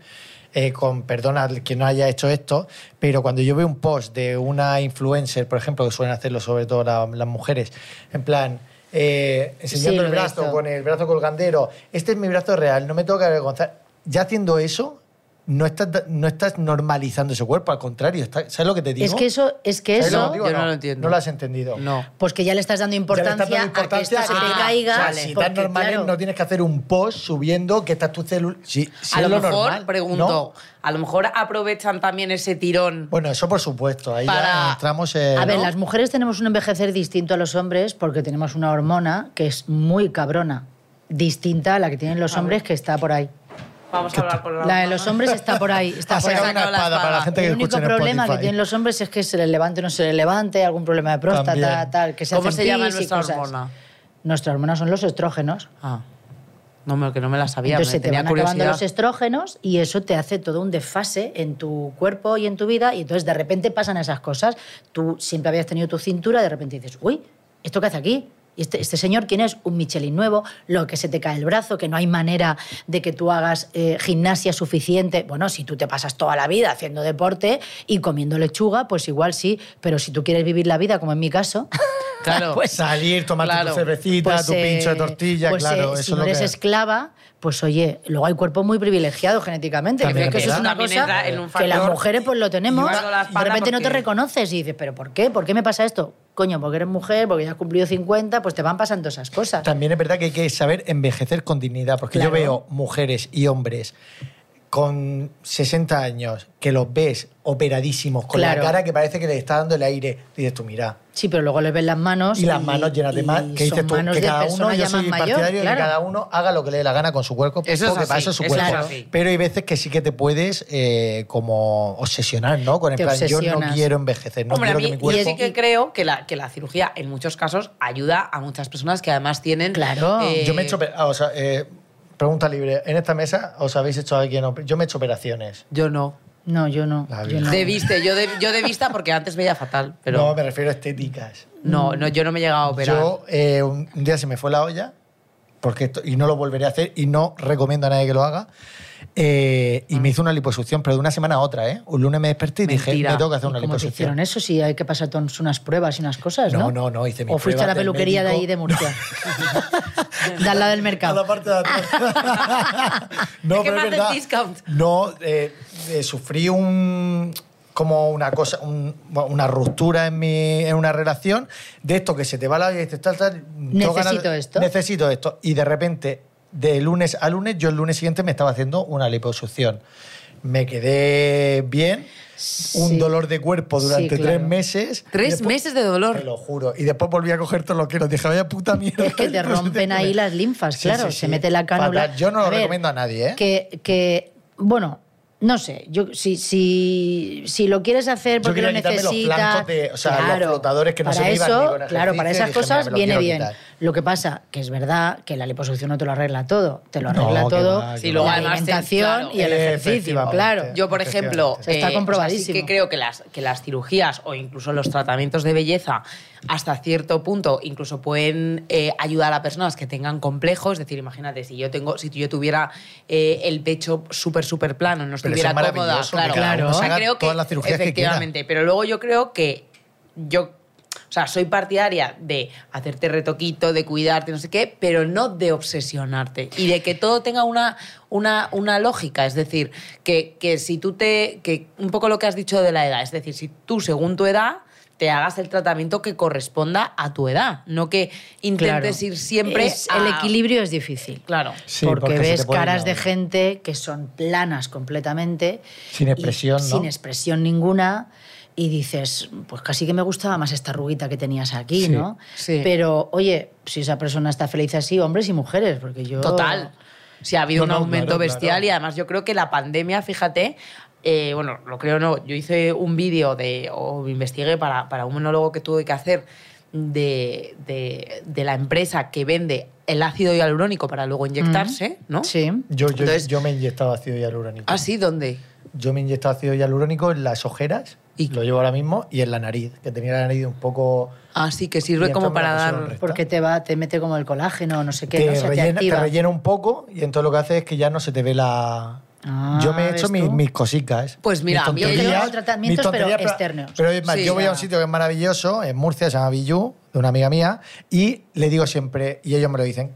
eh, con perdona al que no haya hecho esto, pero cuando yo veo un post de una influencer, por ejemplo, que suelen hacerlo sobre todo la- las mujeres, en plan. eh, Sí, enseñando lo el he brazo visto. con el brazo colgandero. Este es mi brazo real, no me tengo que avergonzar. Ya haciendo eso, no estás, da- no estás normalizando ese cuerpo, al contrario, está- ¿sabes lo que te digo? Es que eso, es que ¿Sabes lo que eso, te digo? Yo no lo entiendo. No lo has entendido. No. pues que ya le estás dando Ya le importancia, estás dando importancia a que esto se a- te o caiga. sea, Vale. si porque, tan normal es, claro, no tienes que hacer un post subiendo que estás tu celular. Si, si a es lo, mejor, normal, pregunto, ¿no? a lo mejor aprovechan también ese tirón. Bueno, eso por supuesto. Ahí Para- ya entramos en. A ver, ¿no? las mujeres tenemos un envejecer distinto a los hombres porque tenemos una hormona que es muy cabrona, distinta a la que tienen los hombres que está por ahí. Vamos a hablar con la La de los hombres está por ahí, está Ha por sacado ahí. sacado una la espada para la espada. gente que el escucha único en problema que Spotify. tienen los hombres es que se les levante o no se les levante, algún problema de próstata, También. tal, que se ¿Cómo hacen se llama pis y nuestra cosas. hormona? Nuestra hormona son los estrógenos. Ah. No, me- que no me la sabía. Entonces me se te tenía van acabando curiosidad. los estrógenos y eso te hace todo un desfase en tu cuerpo y en tu vida y entonces de repente pasan esas cosas. Tú siempre habías tenido tu cintura, de repente dices, uy, ¿esto qué hace aquí? ¿Y Este, este señor quién es? Un Michelin nuevo, lo que se te cae el brazo, que no hay manera de que tú hagas eh, gimnasia suficiente. Bueno, si tú te pasas toda la vida haciendo deporte y comiendo lechuga, pues igual sí, pero si tú quieres vivir la vida, como en mi caso, Claro. Pues salir, tomarte Claro. tu cervecita, pues, tu pincho de eh, tortilla, pues, eh, claro. si eso no es eres lo que. esclava, pues oye, luego hay cuerpos muy privilegiados genéticamente. También que creo que es eso es verdad. una También cosa entra en un que las factor- mujeres pues lo tenemos. Y una- la de espalda repente no te porque- reconoces y dices, ¿pero por qué? ¿Por qué me pasa esto? Coño, porque eres mujer, porque ya has cumplido 50, pues te van pasando esas cosas. También es verdad que hay que saber envejecer con dignidad, porque yo Claro. veo mujeres y hombres con 60 años que los ves operadísimos, con Claro. la cara que parece que les está dando el aire. Dices tú, mira, Sí, pero luego les ves las manos. y las manos llenas de y más que son dices tú manos que de cada uno persona yo ya soy más partidario de mayor, que claro. cada uno haga lo que le dé la gana con su cuerpo Eso es porque para así, eso es su eso cuerpo es así. pero hay veces que sí que te puedes eh, como obsesionar no con el Te plan yo no obsesionas. quiero envejecer no Hombre, a quiero mí, que mi yo cuerpo sí que creo que la, que la cirugía en muchos casos ayuda a muchas personas que además tienen. Claro. yo me he hecho oper- ah, o sea, eh, pregunta libre en esta mesa os habéis hecho alguien op- yo me he hecho operaciones Yo no. No, yo no. La yo no. De vista, yo de, yo de vista porque antes veía fatal, pero. no me refiero a estéticas No, no, yo no me he llegado a operar. yo eh, un un día se me fue la olla porque esto- y no lo volveré a hacer y no recomiendo a nadie que lo haga eh, y me hizo una liposucción pero de una semana a otra eh un lunes me desperté y dije Mentira. me tengo que hacer ¿Y una ¿Cómo te liposucción hicieron eso? Si hay que pasar todos unas pruebas y unas cosas, No, ¿no? no, no, hice mis O fuiste a la pruebas del peluquería de médico. ahí de Murcia. de al lado del A la mercado. parte de atrás. no, Es que pero me es hacen verdad. discount. No, eh, eh, sufrí un como una cosa, un- bueno, una ruptura en mi, en una relación, de esto que se te va la vida y dices, tal, tal, tengo ganas- Necesito esto. Necesito esto. Y de repente, de lunes a lunes, yo el lunes siguiente me estaba haciendo una liposucción. Me quedé bien, Sí. un dolor de cuerpo Sí, durante claro. tres meses. y Tres después- meses de te dolor. lo juro. Y después volví a coger todo lo que nos dije, vaya puta mierda. Es que te rompen ahí las linfas, Sí, claro. sí, sí. Se mete la cánula. Fatal. Yo no lo ver, recomiendo a nadie, ¿eh? Que, que, bueno, no sé. Yo, si, si, si lo quieres hacer Yo porque quiero lo quitarme los necesitas. flancos de- o sea, los flotadores que no para se me iban eso, ni con Claro, ejercicio, para esas dije, "Mira, cosas me lo viene quiero bien. quitar". Lo que pasa que es verdad que la liposucción no te lo arregla todo. Te lo No, arregla que todo. va, que Sí, luego la va. además te- alimentación claro. y el ejercicio, Efectivamente. claro. Yo, por ejemplo, eh, Efectivamente. Está o sea, comprobadísimo. sí que creo que las, que las cirugías o incluso los tratamientos de belleza hasta cierto punto incluso pueden eh, ayudar a personas que tengan complejos. Es decir, imagínate, si yo, tengo, si yo tuviera eh, el pecho súper, súper plano, no Pero eso estuviera es cómoda. maravilloso, que Claro, cada uno O sea, se haga creo que, todas las cirugías que quiera. efectivamente. pero luego yo creo que yo... O sea, soy partidaria de hacerte retoquito, de cuidarte, no sé qué, pero no de obsesionarte y de que todo tenga una, una, una lógica. Es decir, que, que si tú te. que un poco lo que has dicho de la edad, es decir, si tú, según tu edad, te hagas el tratamiento que corresponda a tu edad, no que intentes ir siempre Es- a- El equilibrio es difícil. Claro. Sí, porque, porque se te ves puede caras ir, de ¿no? gente que son planas completamente. Sin y- expresión, ¿no? Sin expresión ninguna. Y dices, pues casi que me gustaba más esta arruguita que tenías aquí, Sí, ¿no? sí. Pero, oye, si esa persona está feliz así, hombres y mujeres, porque yo... Total. Si ha habido No, no, un aumento claro, bestial claro. y además yo creo que la pandemia, fíjate, eh, bueno, lo creo no, yo hice un vídeo de, o investigué para, para un monólogo que tuve que hacer de, de- de la empresa que vende el ácido hialurónico para luego inyectarse, ¿no? Sí. Yo, yo, Entonces- yo me he inyectado ácido hialurónico. ¿Ah, sí? ¿Dónde? Yo me he inyectado ácido hialurónico en las ojeras, ¿Y? lo llevo ahora mismo, y en la nariz, que tenía la nariz un poco... Ah, sí, que sirve Y como entonces para me la dar... pusieron recta. Porque te va, te mete como el colágeno, no sé qué, te, ¿no? Se te rellena, te activa. rellena un poco y entonces lo que hace es que ya no se te ve la... Ah, yo me he ¿ves hecho mis, tú? mis cosicas. Pues mira, mis a mí yo tonterías, llevo mis tratamientos, pero tonterías, externos. Pero es más, Sí, yo voy a un ya. sitio que es maravilloso, en Murcia, se llama Billú, de una amiga mía, y le digo siempre, y ellos me lo dicen,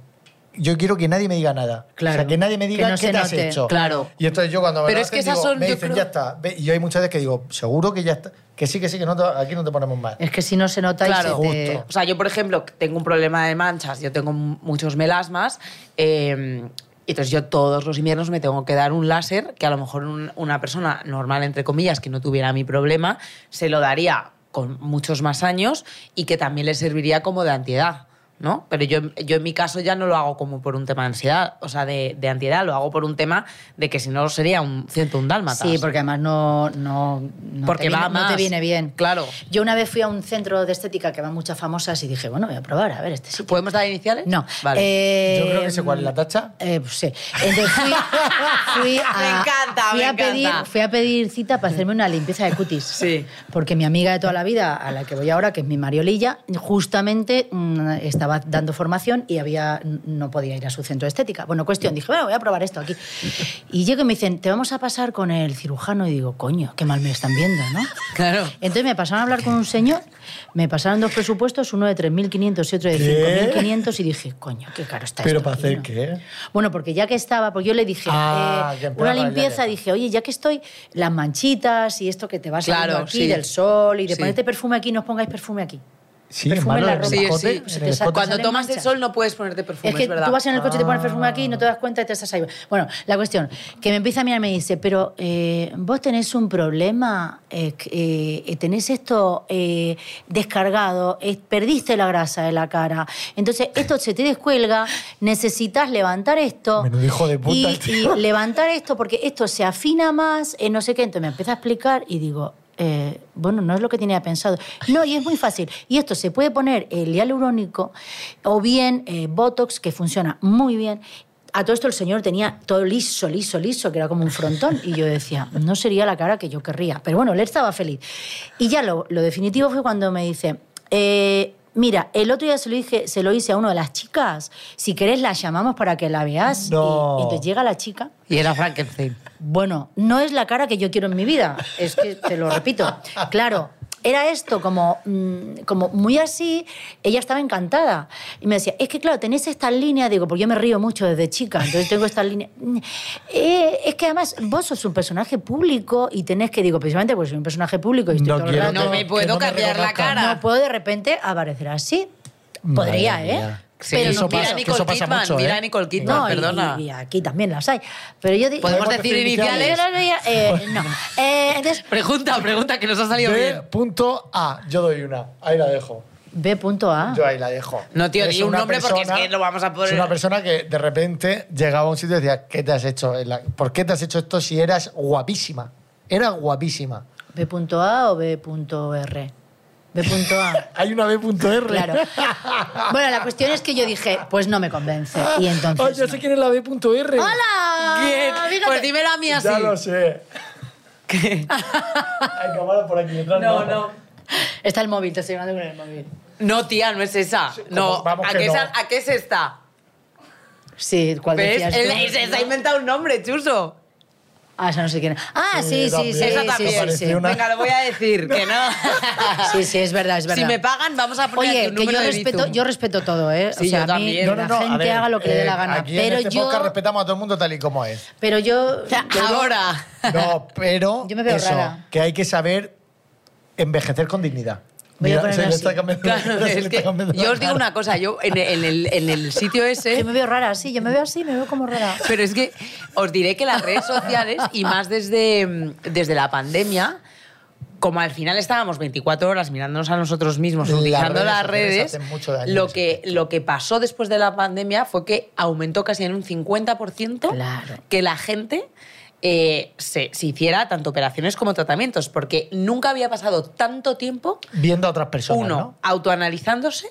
yo quiero que nadie me diga nada. O sea, Claro. que nadie me Que diga no qué se te has note, hecho. claro. Y entonces yo cuando me Pero lo es que hacen, esas digo, son, me yo dicen, creo- ya está. Ve- Y yo hay muchas veces que digo, seguro que ya está, que sí, que sí, que no te- aquí no te ponemos mal. Es que si no se nota Claro. y se te- Justo. O sea, yo, por ejemplo, tengo un problema de manchas, yo tengo m- muchos melasmas, eh, y entonces yo todos los inviernos me tengo que dar un láser que a lo mejor un- una persona normal, entre comillas, que no tuviera mi problema, se lo daría con muchos más años y que también le serviría como de antiedad. ¿No? Pero yo, yo en mi caso ya no lo hago como por un tema de ansiedad, o sea, de, de ansiedad, lo hago por un tema de que si no sería un ciento un dálmatas. Sí, porque además no, no, no Porque te viene, va no te más. viene bien. Claro. Yo una vez fui a un centro de estética que van muchas famosas y dije, bueno, voy a probar, a ver, este sitio. ¿Podemos dar iniciales? No. Vale. eh, yo creo que sé cuál es la tacha. eh, pues sí. Entonces fui, fui a, Me encanta, fui me a encanta. pedir, fui a pedir cita para hacerme una limpieza de cutis. Sí. Porque mi amiga de toda la vida, a la que voy ahora, que es mi Mariolilla, justamente mm, estaba dando formación y había, no podía ir a su centro de estética. Bueno, cuestión, dije, bueno, voy a probar esto aquí. Y llego y me dicen, te vamos a pasar con el cirujano. Y digo, coño, qué mal me están viendo, ¿no? Claro. Entonces me pasaron a hablar con un señor, me pasaron dos presupuestos, uno de 3.500 y otro de ¿Qué? 5.500 y dije, coño, qué caro está Pero esto para aquí, hacer ¿no? qué? Bueno, porque ya que estaba, porque yo le dije, Ah, eh, que en plan una para limpieza, ya le- dije, oye, ya que estoy, las manchitas y esto que te va saliendo Claro, aquí sí. del sol y de Sí. ponerte perfume aquí, no os pongáis perfume aquí. Sí, Perfume hermano, en la en el ropa. Sí, escote, sí. en Se el te escote. sale- Cuando salen tomas el manchas. sol no puedes ponerte perfume, Es es, que verdad. tú vas en el coche y te pones Ah. perfume aquí y no te das cuenta y te estás ahí. Bueno, la cuestión, que me empieza a mirar y me dice, pero eh, vos tenés un problema, eh, que, eh, tenés esto eh, descargado, eh, perdiste la grasa de la cara, entonces esto se te descuelga, necesitas levantar esto. Menudo hijo de puta, y- el tío. y levantar esto porque esto se afina más, eh, no sé qué. Entonces me empieza a explicar y digo, eh, bueno, no es lo que tenía pensado. No, y es muy fácil. Y esto se puede poner el hialurónico o bien eh, Botox, que funciona muy bien. A todo esto el señor tenía todo liso, liso, liso, que era como un frontón. Y yo decía, no sería la cara que yo querría. Pero bueno, él estaba feliz. Y ya lo, lo definitivo fue cuando me dice, eh, mira, el otro día se lo, dije, se lo hice a una de las chicas. Si querés la llamamos para que la veas. Y- No. y entonces llega la chica Y era Frankenstein. bueno, no es la cara que yo quiero en mi vida. Es que te lo repito. Claro, era esto como, mm, como muy así. Ella estaba encantada. Y me decía, es que claro, tenéis esta línea. Digo, porque yo me río mucho desde chica, entonces tengo esta línea. Mm, eh, es que además vos sos un personaje público y tenés que, digo, precisamente porque soy un personaje público y estoy No todo el quiero rato- No me que puedo me cambiar la reconozcan. cara. no puedo de repente aparecer así. Madre Podría, ¿eh? mía. Sí, Pero eso no mira pasa, a que Nicole eso pasa Kidman, mucho, ¿eh? mira a Nicole Kidman, No, y- perdona. Y, aquí también las hay. Pero yo digo, ¿Podemos ¿Podemos decir decir iniciales? Yo las veía, eh, no. Eh, entonces, Pregunta, pregunta, que nos ha salido B bien. punto A. Yo doy una. Ahí la dejo. B.A. Yo ahí la dejo. No, tío, Es di un una nombre porque es que lo vamos a poner- Es una persona que de repente llegaba a un sitio y decía, ¿qué te has hecho? En la- ¿Por qué te has hecho esto si eras guapísima? Era guapísima. B.A o B.R. B.A. Hay una B.R. Claro. Bueno, la cuestión es que yo dije, pues no me convence. Ay, Y entonces. ya sé quién es la B.R. ¡Hola! ¿Quién? Fíjate. Pues dímelo a mí así. Ya lo sé. Ah, Hay cámara por aquí detrás. Está el móvil, te estoy llamando con el móvil. No, tía, no es esa. No, vamos ¿a que qué, no. esa- ¿a qué es esta? Sí, ¿cuál ¿Ves? decías Él- tú? él se se ha inventado un nombre, chuso. Ah, esa no sé quién. es. Ah, sí, Sí, sí, sí. también. Esa sí, también. sí, sí. Apareció una- Venga, lo voy a decir, que no. Sí, sí, es verdad, es verdad. Si me pagan, vamos a poner aquí Oye, un que yo número de respeto, Bizum. yo respeto todo, ¿eh? Sí, o sea, yo a mí también. No, que no, la no, a gente ver, haga lo que le dé eh, la gana. Aquí pero en este yo. podcast respetamos a todo el mundo tal y como es. Pero yo. Ahora. No, pero Yo me veo eso, rara. que hay que saber envejecer con dignidad. Voy a poner se le así. está cambiando, Claro, se le es está que cambiando la yo os digo cara. una cosa, yo en, en el, en el sitio Yo ese, me veo rara, sí, yo me veo así, me veo como rara. pero es que os diré que las redes sociales, y más desde, mm, desde la pandemia, como al final estábamos 24 horas mirándonos a nosotros mismos, Las utilizando redes las sociales redes, hacen mucho daño en lo, ese que, lo que pasó después de la pandemia fue que aumentó casi en un 50% Claro. que la gente eh, se, se hiciera tanto operaciones como tratamientos, porque nunca había pasado tanto tiempo Viendo a otras personas, uno, ¿no? autoanalizándose,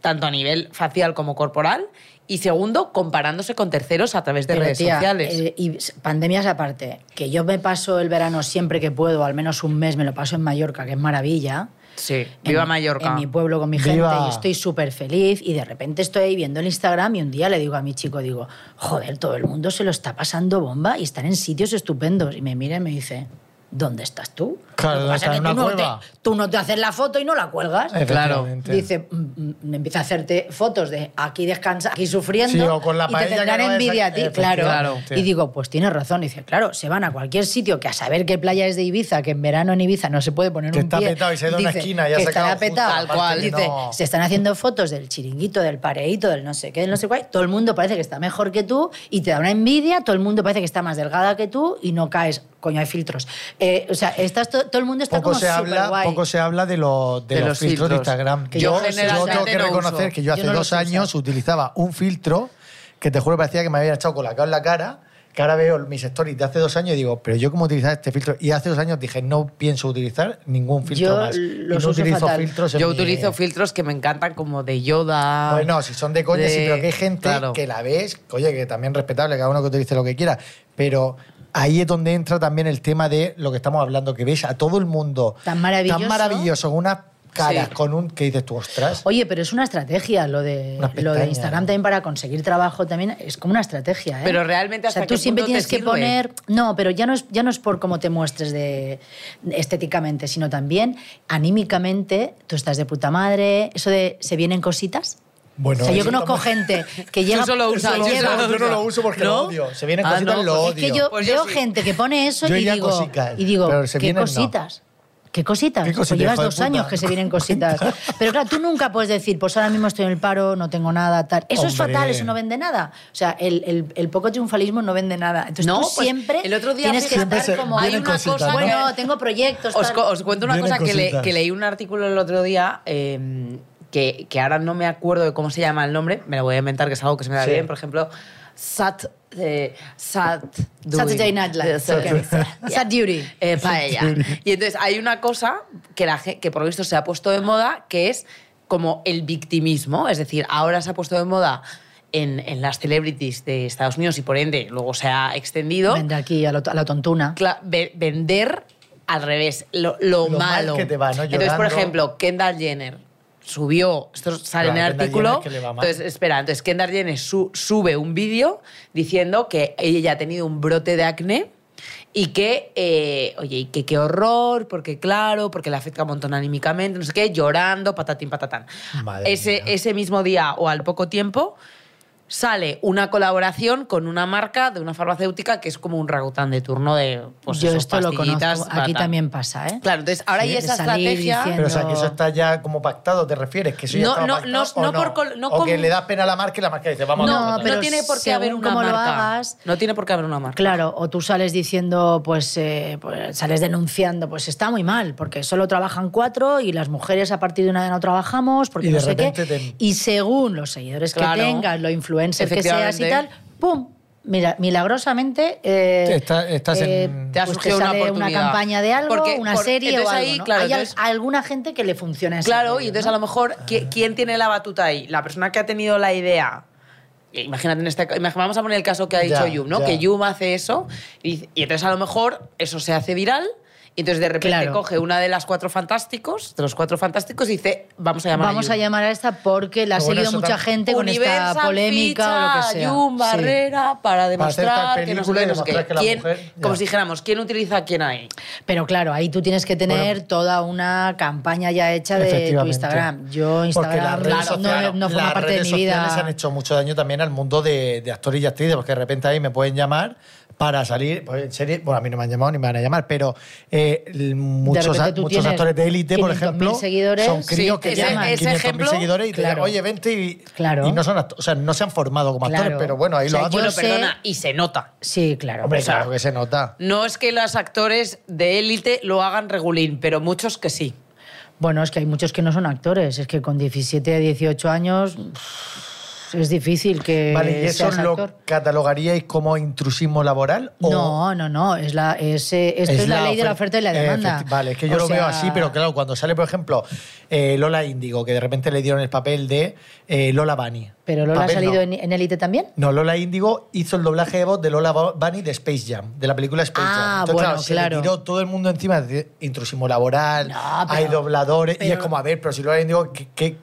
tanto a nivel facial como corporal, y segundo, comparándose con terceros a través de Pero, redes tía, sociales. eh, y s- pandemias aparte, que yo me paso el verano siempre que puedo, al menos un mes me lo paso en Mallorca, que es maravilla. sí, viva en- Mallorca. En mi pueblo con mi gente Viva. y estoy súper feliz y de repente estoy ahí viendo el Instagram y un día le digo a mi chico, digo, joder, todo el mundo se lo está pasando bomba y están en sitios estupendos. Y me mira y me dice, ¿dónde estás tú? Claro, Lo que pasa está es en una que tú, no cueva. te, tú no te haces la foto y no la cuelgas. Claro. Efectivamente. Dice, mm, mm, me empieza a hacerte fotos de aquí descansa, aquí sufriendo. Sí, o con la y te paella que tendrán acabas de envidia a sacar. ti, claro. Efectivamente. Y digo, pues tienes razón. dice, claro, se van a cualquier sitio que a saber qué playa es de Ibiza, que en verano en Ibiza no se puede poner Que un está pie. petado y se da una Dice, esquina y ha que sacado estará justo petado. la parte cual. que Dice, no- se están haciendo fotos del chiringuito, del pareíto, del no sé qué, del no sé cuál. Todo el mundo parece que está mejor que tú y te da una envidia. Todo el mundo parece que está más delgada que tú y no caes. Coño, hay filtros. Eh, o sea, estás to- todo el mundo está poco como se, habla, superguay. poco se habla de, los de, De los, los filtros, de filtros. Instagram. Que yo yo, generalmente tengo que no reconocer uso. que yo hace Yo no los dos uso. años utilizaba un filtro que te juro parecía que me había echado con la cara en la cara, que ahora veo mis stories de hace dos años y digo, pero yo cómo utilizaba este filtro. Y hace dos años dije, no pienso utilizar ningún filtro Yo más. Y los no uso utilizo fatal. filtros en Yo mi- utilizo filtros que me encantan, como de Yoda. ¿eh? Bueno, si son de coña, sí, de- pero que hay gente Claro. que la ves, que, oye, que también respetable, cada uno que utilice lo que quiera, pero ahí es donde entra también el tema de lo que estamos hablando, que ves a todo el mundo Tan maravilloso. tan maravilloso con unas caras, Sí. con un que dices tú, ostras. Oye, pero es una estrategia lo de, Una lo pestaña. de Instagram también para conseguir trabajo también es como una estrategia, ¿eh? Pero realmente, o sea, ¿hasta tú qué siempre punto te tienes que sirve? poner no, pero ya no es ya no es por cómo te muestres de estéticamente, sino también anímicamente, tú estás de puta madre, eso de se vienen cositas. Bueno, o sea, yo eso conozco está gente que llega solo que usas, Yo no lo Ayer llega- uso, lo yo no lo usa. uso porque ¿No? lo odio. Se vienen Ah, cositas, no, lo pues odio. es que yo Pues yo veo sí. gente que pone eso Yo y iría digo, cositas, y digo pero se ¿qué vienen, no. cositas? ¿Qué cositas? ¿Qué cositas, pues llevas hijo de dos puta? años que se vienen cositas. Pero claro, tú nunca puedes decir, pues ahora mismo estoy en el paro, no tengo nada, tal. Eso es Hombre. fatal, eso no vende nada. O sea, el, el- el poco triunfalismo no vende nada. Entonces No, tú pues, siempre el otro día tienes que siempre estar se- como... vienen Hay una cositas, cosa, ¿no? bueno, tengo proyectos, Os, tal". co- os cuento una Vienen cosa que, le- cositas. que leí un artículo el otro día eh, que, que ahora no me acuerdo de cómo se llama el nombre, me lo voy a inventar que es algo que se me da Sí. bien, por ejemplo, Sat... eh, sat Saturday doing- Night Live. eh, Sat- Sad Duty. eh, paella. Y entonces hay una cosa que, la, ge- que por lo visto se ha puesto de moda, que es como el victimismo. Es decir, ahora se ha puesto de moda en, en las celebrities de Estados Unidos y por ende luego se ha extendido Vende aquí a, lo- a la tontuna. cla- ve- vender al revés, lo, lo Lo mal malo. que te va, ¿no? Entonces, por Llorando. ejemplo, Kendall Jenner subió, esto sale en Claro, el Kendall artículo, Jenner que le va mal. entonces, espera, entonces Kendall Jenner su- sube un vídeo diciendo que ella ha tenido un brote de acné y que, eh, oye, y que qué horror, porque claro, porque le afecta un montón anímicamente, no sé qué, llorando, patatín, patatán. Madre Ese, mía. ese mismo día o al poco tiempo sale una colaboración con una marca de una farmacéutica que es como un ragután de turno de pues Yo eso, esto lo conozco. pastillitas, Aquí tal. también pasa, ¿eh? Claro, entonces ahora Sí, hay de esa salir estrategia. diciendo- Pero, o sea, que eso está ya como pactado, ¿te refieres? Que eso ya No, estaba no, pactado, no, o no por col- no o que con- le das pena a la marca y la marca dice, vamos a No, contratar. pero pero no tiene por qué según haber una cómo lo marca. hagas- no tiene por qué haber una marca. Claro, o tú sales diciendo, pues, eh, pues, sales denunciando, pues está muy mal, porque solo trabajan cuatro y las mujeres a partir de una edad no trabajamos, porque Y de no sé qué. repente te- Y según los seguidores Claro. que tengas, los influencers que seas y tal, Efectivamente. ¡pum! Mira, milagrosamente eh, Sí, está- estás en- Te ha pues te surgido una sale una, oportunidad. campaña de algo, Porque- una por- serie o entonces algo, ahí, ¿no? claro, Hay al- entonces- alguna gente que le funciona ese Claro, rollo, y entonces ¿no? a lo mejor, ¿qui- ¿quién tiene la batuta ahí? La persona que ha tenido la idea. Eh, Imagínate, en este, ca- imag- vamos a poner el caso que ha dicho Ya, Yum, ¿no? ya. Que Yum hace eso y, y entonces a lo mejor eso se hace viral Y entonces de repente Claro. coge una de las cuatro fantásticos, de los cuatro fantásticos, y dice, vamos a llamar Vamos a a llamar a esta porque la ha Pero bueno, seguido eso mucha tam- gente con esta polémica o lo que sea. Jun Sí. Barrera para hacer tal demostrar que no sé película qué, y no sé qué. demostrar que la ¿Quién- mujer- ya. como si dijéramos, ¿quién utiliza a quién ahí? Pero claro, ahí tú tienes que tener toda una campaña ya hecha de tu Efectivamente. Instagram. Yo Instagram Porque las redes claro, sociales, no, no forma las parte de redes mi vida. sociales han hecho mucho daño también al mundo de, de actores y actrices, porque de repente ahí me pueden llamar para salir pues, en serie. Bueno, a mí no me han llamado ni me van a llamar, pero eh, l- muchos, repente a- tú muchos tienes actores de élite, por 500.000 ejemplo, seguidores. son críos Sí, que ese- llaman ese 500.000 ejemplo, seguidores y te claro. llaman, oye, vente y, Claro. y no, son act- o sea, no se han formado como actores, Claro. pero bueno, ahí O sea, lo yo hacen. Bueno, sé- perdona, y se nota. Sí, claro. Hombre, o sea, claro que se nota. No es que los actores de élite lo hagan regulín, pero muchos que sí. Bueno, es que hay muchos que no son actores. Es que con 17, 18 años pff, es difícil que Vale, ¿y eso eh, seas lo actor. catalogaríais como intrusismo laboral? O No, no, no. Es la, es, eh, esto es, la, ley de la oferta y la Eh, demanda. efecti- vale, es que yo O lo veo sea, así, pero claro, cuando sale, por ejemplo, eh, Lola Índigo, que de repente le dieron el papel de eh, Lola Bunny. ¿Pero Lola ha Papel salido no. en- en élite también? No, Lola Índigo hizo el doblaje de voz de Lola Bo- Bunny de Space Jam, de la película Space Jam. Ah, Entonces, bueno, claro, se claro. le tiró todo el mundo encima de intrusismo laboral, No, hay pero- dobladores, y es pero- como, a ver, pero si Lola Índigo, ¿qué, qué,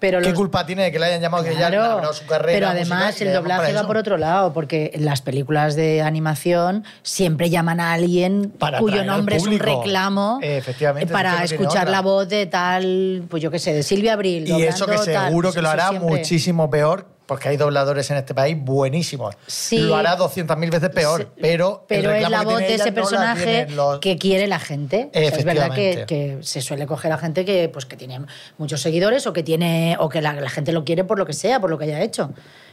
Pero qué los- culpa tiene de que le hayan llamado que ya le han Claro, labrado su carrera? Pero musical, además y le el llaman para doblaje va eso? por otro lado, porque en las películas de animación siempre llaman a alguien Para cuyo atraer al nombre es un público. reclamo Eh, efectivamente, eh, para es que no tiene escuchar otra. la voz de tal, pues yo qué sé, de Silvia Abril. Y eso doblando que tal, seguro pues que lo eso hará siempre- muchísimo peor, porque hay dobladores en este país buenísimos. Sí. lo hará 200.000 veces peor, Sí, pero, el Pero es reclamo la que voz tiene de ella ese no la personaje tienen los- que quiere la gente. O sea, es verdad que, Efectivamente. que se suele coger a gente que, pues, que tiene muchos seguidores o que, tiene, o que la, la gente lo quiere por lo que sea, por lo que haya hecho.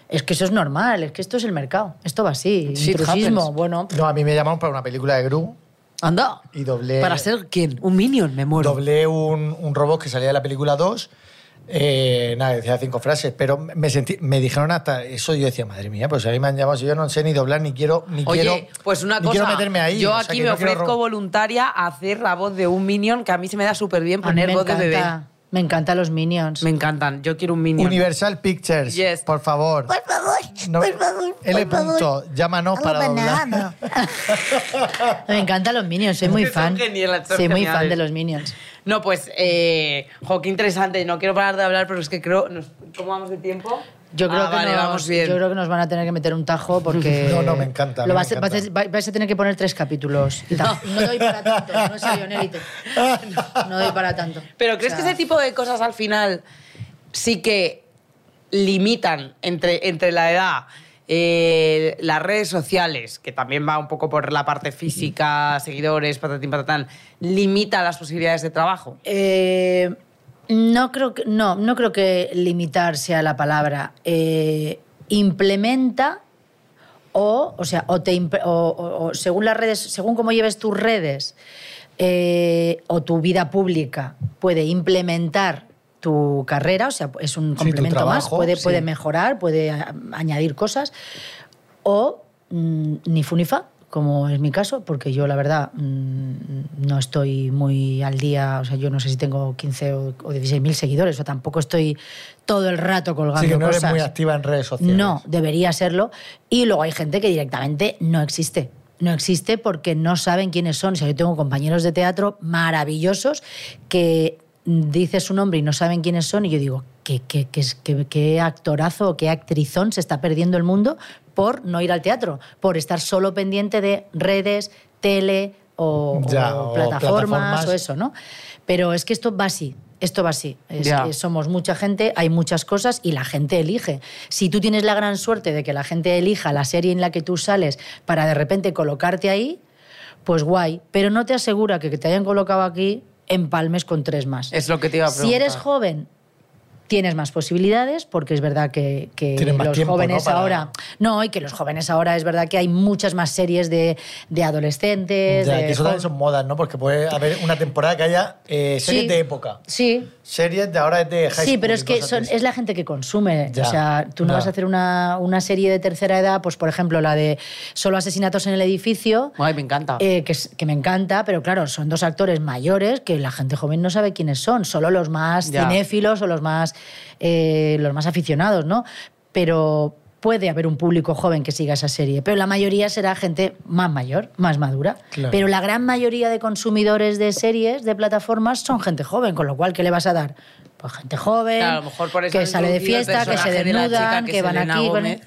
Es que eso es normal, es que esto es el mercado. Esto va así. Shit Intrusismo, happens. bueno. No, a mí me llamaron para una película de Gru Anda. y doblé, ¿Para ser quién? Un minion, me muero. doblé un, un robot que salía de la película 2. Eh, nada, decía cinco frases, pero me sentí, me dijeron hasta eso. Yo decía, madre mía, pues a mí me han llamado. Si yo no sé ni doblar, ni quiero, ni Oye, quiero, pues una ni cosa. quiero meterme ahí. Yo o sea, aquí que me no quiero ofrezco ro- voluntaria a hacer la voz de un minion, que a mí se me da súper bien A mí poner me voz de bebé. encanta, Me encantan los Minions. Me encantan. Yo quiero un minion. Universal Pictures, Yes. por favor. Por favor, No- por favor. L. por favor. Punto, llámanos Algo para doblar. banana. Me encantan los Minions, soy muy Son fan. geniales, son soy muy fan geniales. de los Minions. No, pues, eh, jo, qué interesante. No quiero parar de hablar, pero es que creo. nos- ¿Cómo vamos de tiempo? Yo creo, Ah, que vale, nos, vamos bien. yo creo que nos van a tener que meter un tajo porque... No, no, me encanta, a mí Lo me vas, a- vas a- encanta. vais a tener que poner tres capítulos. y tal. No, doy para tanto, no soy yo, Nélite. No, no doy para tanto. Pero ¿crees O que sea, ese tipo de cosas al final sí que limitan entre, entre la edad, eh, las redes sociales, que también va un poco por la parte física, seguidores, patatín, patatán, limita las posibilidades de trabajo? Eh, no, creo que, no, no creo que limitar sea la palabra. Eh, implementa o, o sea, o te imp- o- o- o según las redes, según cómo lleves tus redes eh, o tu vida pública, puede implementar tu carrera, o sea, es un tu complemento más, trabajo, puede, sí. puede mejorar, puede a- añadir cosas, o mm, ni fu ni fa, como es mi caso, porque yo la verdad mm, no estoy muy al día, o sea, yo no sé si tengo 15 o, o 16 mil seguidores, o tampoco estoy todo el rato colgando Sí, que no eres cosas. muy activa en redes sociales. No, debería serlo. Y luego hay gente que directamente no existe. No existe porque no saben quiénes son. O sea, yo tengo compañeros de teatro maravillosos que dice su nombre y no saben quiénes son. Y yo digo, ¿qué, qué, qué, es- qué- qué actorazo o qué actrizón se está perdiendo el mundo por no ir al teatro? Por estar solo pendiente de redes, tele o, Ya, o o plataformas plataformas. o eso, ¿no? Pero es que esto va así. Esto va así. Es Ya. que somos mucha gente, hay muchas cosas y la gente elige. Si tú tienes la gran suerte de que la gente elija la serie en la que tú sales para de repente colocarte ahí, pues guay. Pero no te asegura que que te hayan colocado aquí empalmes con tres más. Es lo que te iba a preguntar. si eres joven, tienes más posibilidades, porque es verdad que, que Tienes más los tiempo, jóvenes ¿no? Para- ahora. No, y que los jóvenes ahora es verdad que hay muchas más series de, de adolescentes. Ya, de que eso también jo- son modas, ¿no? Porque puede haber una temporada que haya eh, series Sí. de época. Sí, Series de ahora es de high Sí, school pero y es que cosas son- de esas. es la gente que consume. Ya, o sea, tú no ya. vas a hacer una, una serie de tercera edad, pues por ejemplo la de solo asesinatos en el edificio, Ay, me encanta. eh, que, es- que me encanta, pero claro, son dos actores mayores que la gente joven no sabe quiénes son, solo los más Ya. cinéfilos o los más, eh, los más aficionados, ¿no? Pero, puede haber un público joven que siga esa serie, pero la mayoría será gente más mayor, más madura. Claro. Pero la gran mayoría de consumidores de series, de plataformas, son gente joven, con lo cual, ¿qué le vas a dar? Pues gente joven, Claro, a lo mejor por eso que han sale de introducido el fiesta, que se personaje de la chica, desnudan, que que, es van Selena aquí... con- Gómez.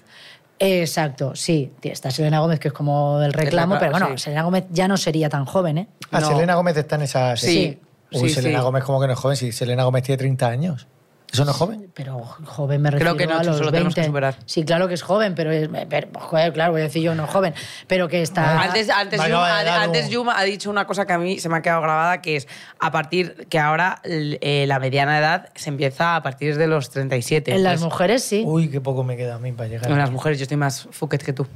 Exacto, sí. Tía, Está Selena Gómez, que es como el reclamo, reclamo, pero bueno, sí. Selena Gómez ya no sería tan joven, ¿eh? Ah, No. Selena Gómez está en esa serie. Sí, Uy, sí, Selena sí. Gómez como que no es joven. Si Selena Gómez tiene 30 años. ¿Eso no es joven? Pero joven me Creo refiero que no, a eso los lo 20. tenemos que superar. Sí, claro que es joven, pero, es- pero, joder, claro, voy a decir yo no joven, pero que está... Ah, Antes, antes, me acaba Yuma, de dar un- antes Yuma ha dicho una cosa que a mí se me ha quedado grabada, que es a partir que ahora l- eh, la mediana edad se empieza a partir de los 37. en las Entonces, mujeres sí. Uy, qué poco me queda a mí para llegar. en las mujeres yo estoy más fuquet que tú.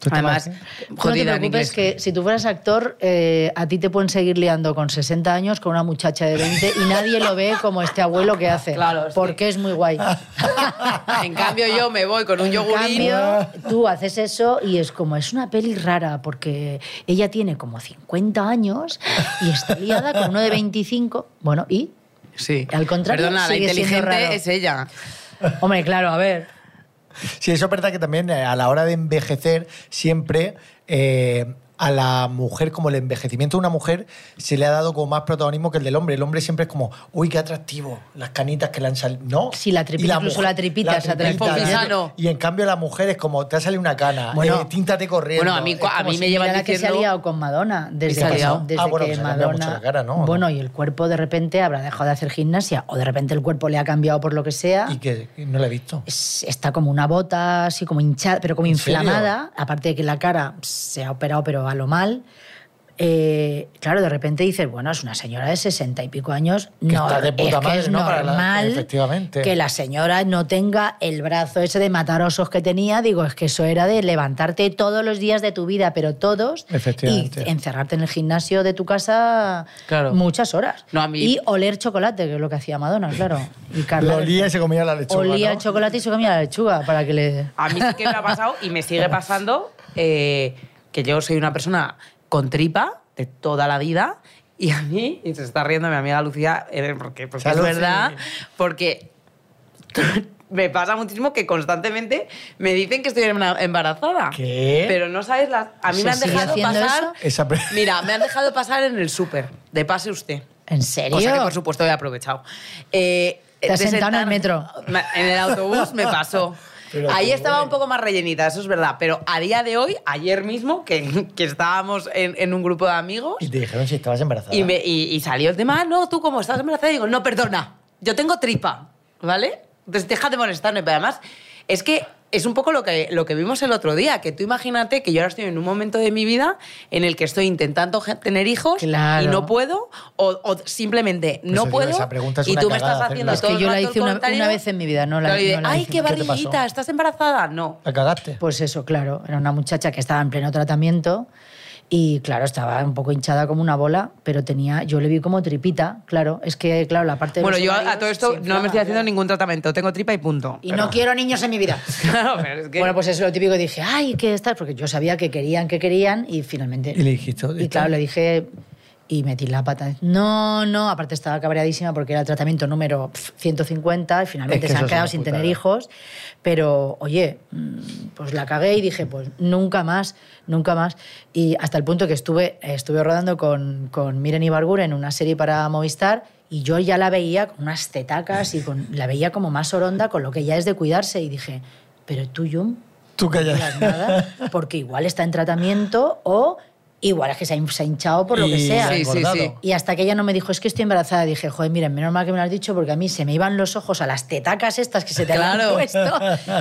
Tú estás Además, más, jodida no en te preocupes inglés. que si tú fueras actor, eh, a ti te pueden seguir liando con 60 años con una muchacha de 20 y nadie lo ve como este abuelo que hace. Claro, sí. Porque es muy guay. En cambio yo me voy con un En yogurín. cambio, tú haces eso y es como, es una peli rara porque ella tiene como 50 años y está liada con uno de 25. Bueno, ¿y? Sí. Al contrario, Perdona, la sigue siendo raro. inteligente es ella. Hombre, claro, a ver. Sí, eso es verdad que también eh, a la hora de envejecer, siempre eh, a la mujer, como el envejecimiento de una mujer, se le ha dado como más protagonismo que el del hombre. El hombre siempre es como, uy, qué atractivo, las canitas que le han salido. No. Sí, la tripita, Y incluso la tripita es atractiva. y- Fofisano. Y en cambio, la mujer es como, te ha salido una cana, Bueno. eh, tíntate corriendo. Bueno, a mí Es cua- a como mí si- me lleva- Mira llevan la que se ha diciendo- liado con Madonna ¿Qué desde, ha que, pasado? desde Ah, bueno, que pues se le ha cambiado Madonna. mucho la cara, ¿no? Bueno, y el cuerpo de repente habrá dejado de hacer gimnasia o de repente el cuerpo le ha cambiado por lo que sea. eh, Y que y no la he visto. Es- está como una bota, así como hinchada, pero como ¿En serio? inflamada. Aparte de que la cara se ha operado, pero a lo mal. Eh, claro, de repente dices, bueno, es una señora de sesenta y pico años. Que no, está de puta es madre, que es ¿no? Para la- normal efectivamente. que la señora no tenga el brazo ese de matar osos que tenía. Digo, es que eso era de levantarte todos los días de tu vida, pero todos, y Efectivamente. encerrarte en el gimnasio de tu casa Claro. muchas horas. No, a mí- Y oler chocolate, que es lo que hacía Madonna, claro. Y Carla Lo olía y se comía la lechuga, olía ¿no? el chocolate y se comía la lechuga para que le... A mí sí que me ha pasado y me sigue pasando eh, que yo soy una persona con tripa de toda la vida y a mí, y se está riendo mi amiga Lucía, eh, porque, porque es Salud, verdad, porque me pasa muchísimo que constantemente me dicen que estoy embra- embarazada. ¿Qué? Pero no sabes las... A mí ¿Se me han sigue dejado haciendo pasar... eso? Esa pre- Mira, me han dejado pasar en el súper. De pase usted. ¿En serio? Cosa que, por supuesto, he aprovechado. Eh, Te has de sentado sentar- en el metro. Ma- En el autobús me pasó. Pero Ahí qué estaba bueno. un poco más rellenita, eso es verdad. Pero a día de hoy, ayer mismo, que, que estábamos en, en un grupo de amigos Y te dijeron si estabas embarazada. y, me, y, y salió el tema, "Ah, no, tú como estás embarazada, y digo, no, perdona, yo tengo tripa, ¿vale? Entonces deja de molestarme, pero además es que es un poco lo que, lo que vimos el otro día, que tú imagínate que yo ahora estoy en un momento de mi vida en el que estoy intentando ge- tener hijos Claro. y no puedo, o, o simplemente Pues eso no digo, puedo, esa pregunta es y una tú me cagada estás haciendo hacerla. Es que todo el yo la rato el hice una- comentario. una vez en mi vida, no la- Claro, y de, no la Ay, hice". qué ¿Qué te pasó? barriguita, ¿estás embarazada? No. La cagaste. Pues eso, claro. Era una muchacha que estaba en pleno tratamiento y, claro, estaba un poco hinchada como una bola, pero tenía... Yo le vi como tripita, claro. Es que, claro, la parte de Bueno, los yo a ovarios todo se esto no inflama, me estoy haciendo claro. ningún tratamiento, tengo tripa y punto. Y no quiero niños en mi vida. Claro, pero es que... Bueno, pues eso es lo típico. Dije, ay, ¿qué estás? Porque yo sabía que querían, que querían y finalmente... Y le dijiste, Y claro, le dije y metí la pata. No, no, aparte estaba cabreadísima porque era el tratamiento número pf, 150 y Es finalmente que se eso han es quedado una sin putada. tener hijos. Pero, oye, mm, pues la cagué y dije, pues nunca más, nunca más. Y hasta el punto que estuve, eh, estuve rodando con, con Miren Ibargura en una serie para Movistar y yo ya la veía con unas tetacas y con, la veía como más oronda con lo que ya es de cuidarse y dije, pero tú, Jun, Tú digas callas. nada, porque igual está en tratamiento o igual es que se ha hin- se ha hinchado por lo que Y sea. la Sí, sí, engordado. sí. Y hasta que ella no me dijo, es que estoy embarazada, dije, joder, miren, menos mal que me lo has dicho porque a mí se me iban los ojos a las tetacas estas que se te Claro. han puesto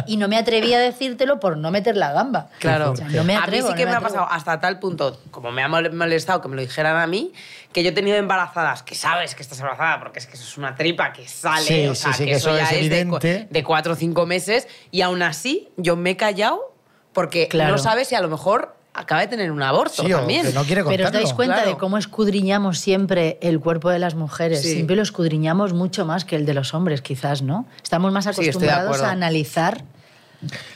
y no me atreví a decírtelo por no meter la gamba. Claro, O sea, no me atrevo, a mí sí que no me, ha atrevo. pasado hasta tal punto, como me ha mol- molestado que me lo dijeran a mí, que yo he tenido embarazadas, que sabes que estás embarazada, porque es que eso es una tripa que sale, Sí, o sí, sea, sí, que, que eso, eso ya es es, de, cu- evidente. de cuatro o cinco meses, y aún así yo me he callado porque Claro. no sabes si a lo mejor acaba de tener un aborto Sí, o también. que no quiere Pero os contarlo. dais cuenta claro. de cómo escudriñamos siempre el cuerpo de las mujeres. Sí. Siempre lo escudriñamos mucho más que el de los hombres, quizás, ¿no? Estamos más estoy de acostumbrados acuerdo. a analizar.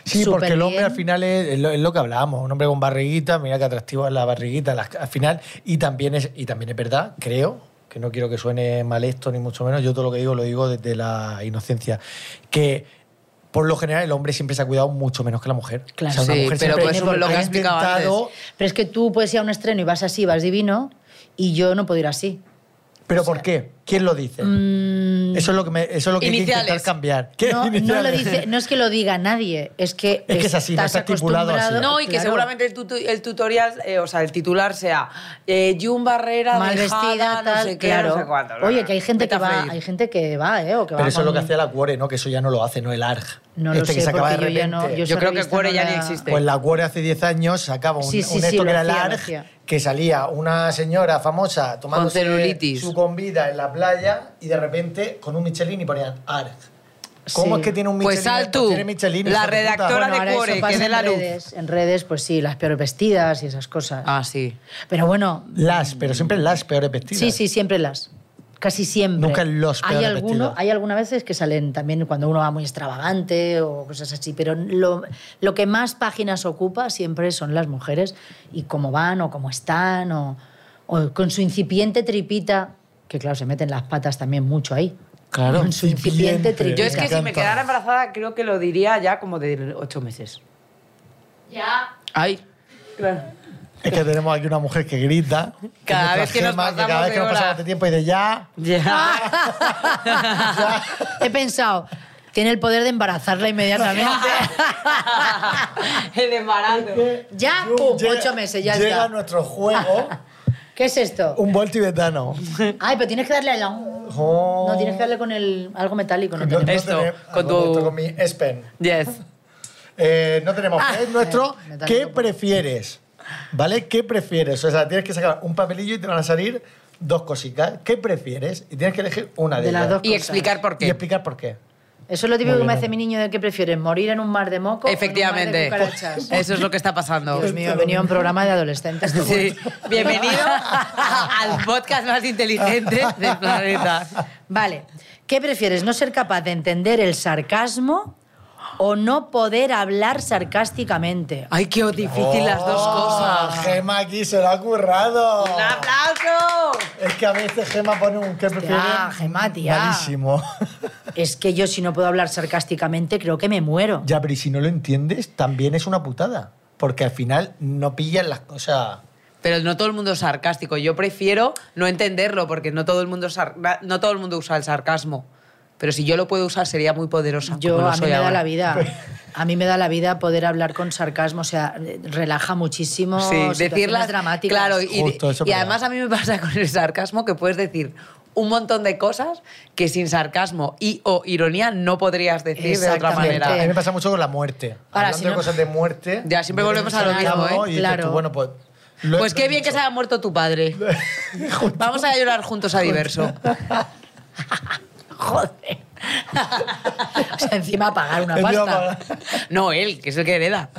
Sí, porque el hombre superbién. al final es, es lo, es lo que hablábamos, un hombre con barriguita, mira qué atractiva es la barriguita las- al final, y también es, y también es verdad, creo, que no quiero que suene mal esto ni mucho menos, yo todo lo que digo lo digo desde la inocencia, que por lo general el hombre siempre se ha cuidado mucho menos que la mujer. Claro. una Sí, mujer pero siempre pues eso es lo que ha has explicado antes. intentado- Pero es que tú puedes ir a un estreno y vas así, vas divino, y yo no puedo ir así. ¿Pero por qué? ¿Quién lo dice? eso es lo que, me- eso es lo que hay que Iniciales. intentar cambiar. ¿Qué mm, No, no, lo iniciales? dice, no es que lo diga nadie, es que. Es que es así, no estás está estipulado así. acostumbrado- No, y que Claro. seguramente el, tutu- el tutorial, eh, o sea, el titular sea eh, Jun Barrera, Mal dejada, vestida, no tal, sé qué, claro. no sé cuánto. Oye, que hay gente Vete que a va, freír. hay gente que va, ¿eh? O que va Pero eso es lo que con- hacía la cuore, ¿no? Que eso ya no lo hace, no el ARG. No lo Este que sé, se acaba de porque yo ya repente. no- yo Yo esa creo que revista Cuore no ya la- ni existe. Pues la cuore hace 10 años sacaba un, Sí, sí, un sí, esto lo que era el hacía, lo ARG, hacía. que salía una señora famosa tomando celulitis. su convida en la playa y de repente con un Michelin y ponían ARG. ¿Cómo Sí. es que tiene un Michelin? Pues sal tú, Tiene Michelin, la hijo de puta. redactora Bueno, de ahora eso Cuore, pasa que dé en la luz. redes, En redes, pues sí, las peores vestidas y esas cosas. Ah, sí. Pero bueno, Las, pero siempre las peores vestidas. sí, sí, siempre las. Casi siempre. Nunca los hay peores alguno, vestidos. Hay algunas veces que salen también cuando uno va muy extravagante o cosas así, pero lo, lo que más páginas ocupa siempre son las mujeres y cómo van o cómo están o, o con su incipiente tripita, que claro, se meten las patas también mucho ahí. Claro. Con su incipiente Incipiente. tripita. Yo es que si me encanta. quedara embarazada, creo que lo diría ya como de ocho meses. Ya. Ay. Claro. Es que tenemos aquí una mujer que grita. con Cada nuestra vez que nos gema, pasamos cada vez que de nos hora. pasamos de tiempo y de ya. Ya. He pensado, tiene el poder de embarazarla inmediatamente. El embarazo. ya, Jung pum, llega- ocho meses, ya llega a está. nuestro juego ¿Qué es esto? un bol tibetano. Ay, pero tienes que darle a la... Oh. No, tienes que darle con el algo metálico. No No- no tenemos. Esto, tenemos- con algo de esto tu- con mi S Pen. Yes. Eh, no tenemos. es nuestro. Ah, eh, me da ¿Qué miedo. prefieres? ¿Vale? ¿Qué prefieres? O sea, tienes que sacar un papelillo y te van a salir dos cositas. ¿Qué prefieres? Y tienes que elegir una de, De las ellas. dos Y explicar por Y qué. explicar por qué. Eso es lo típico Muy que me bien. hace mi niño de que prefieres, morir en un mar de moco. o en un mar de Efectivamente. cucarachas? Eso es lo que está pasando. Dios mío, he venido a un programa de adolescentes. Sí. Bienvenido al podcast más inteligente del planeta. Vale, ¿qué prefieres? ¿No ser capaz de entender el sarcasmo o no poder hablar sarcásticamente? Ay, qué difícil las dos Oh, cosas. Ah, Gema aquí se lo ha currado. ¡Un aplauso! Es que a veces Gema pone un qué prefieres. Gema, tía. Malísimo. Es que yo si no puedo hablar sarcásticamente creo que me muero. ya, pero y si no lo entiendes, también es una putada. Porque al final no pillan las cosas. Pero no todo el mundo es sarcástico. Yo prefiero no entenderlo porque no todo el mundo, es sar- no todo el mundo usa el sarcasmo. Pero si yo lo puedo usar sería muy poderosa. Yo como lo a mí soy me da ahora. la vida. Pues A mí me da la vida poder hablar con sarcasmo, o sea, relaja muchísimo. Sí, situaciones decirlas dramáticas. Claro, y, Justo, eso es y verdad. además a mí me pasa con el sarcasmo que puedes decir un montón de cosas que sin sarcasmo y o ironía no podrías decir de otra Exactamente. A mí manera. me pasa mucho con la muerte. Eh, Ahora, Hablando si de no- cosas de muerte. Ya, siempre yo volvemos creo que a lo se mismo, acabó ¿eh? y dices tú, Claro. bueno, pues. lo he Pues qué bien que se haya muerto tu padre. Vamos a llorar juntos a diverso. Joder. o sea, encima pagar una Encima pasta. pagar. No él, que es el que hereda.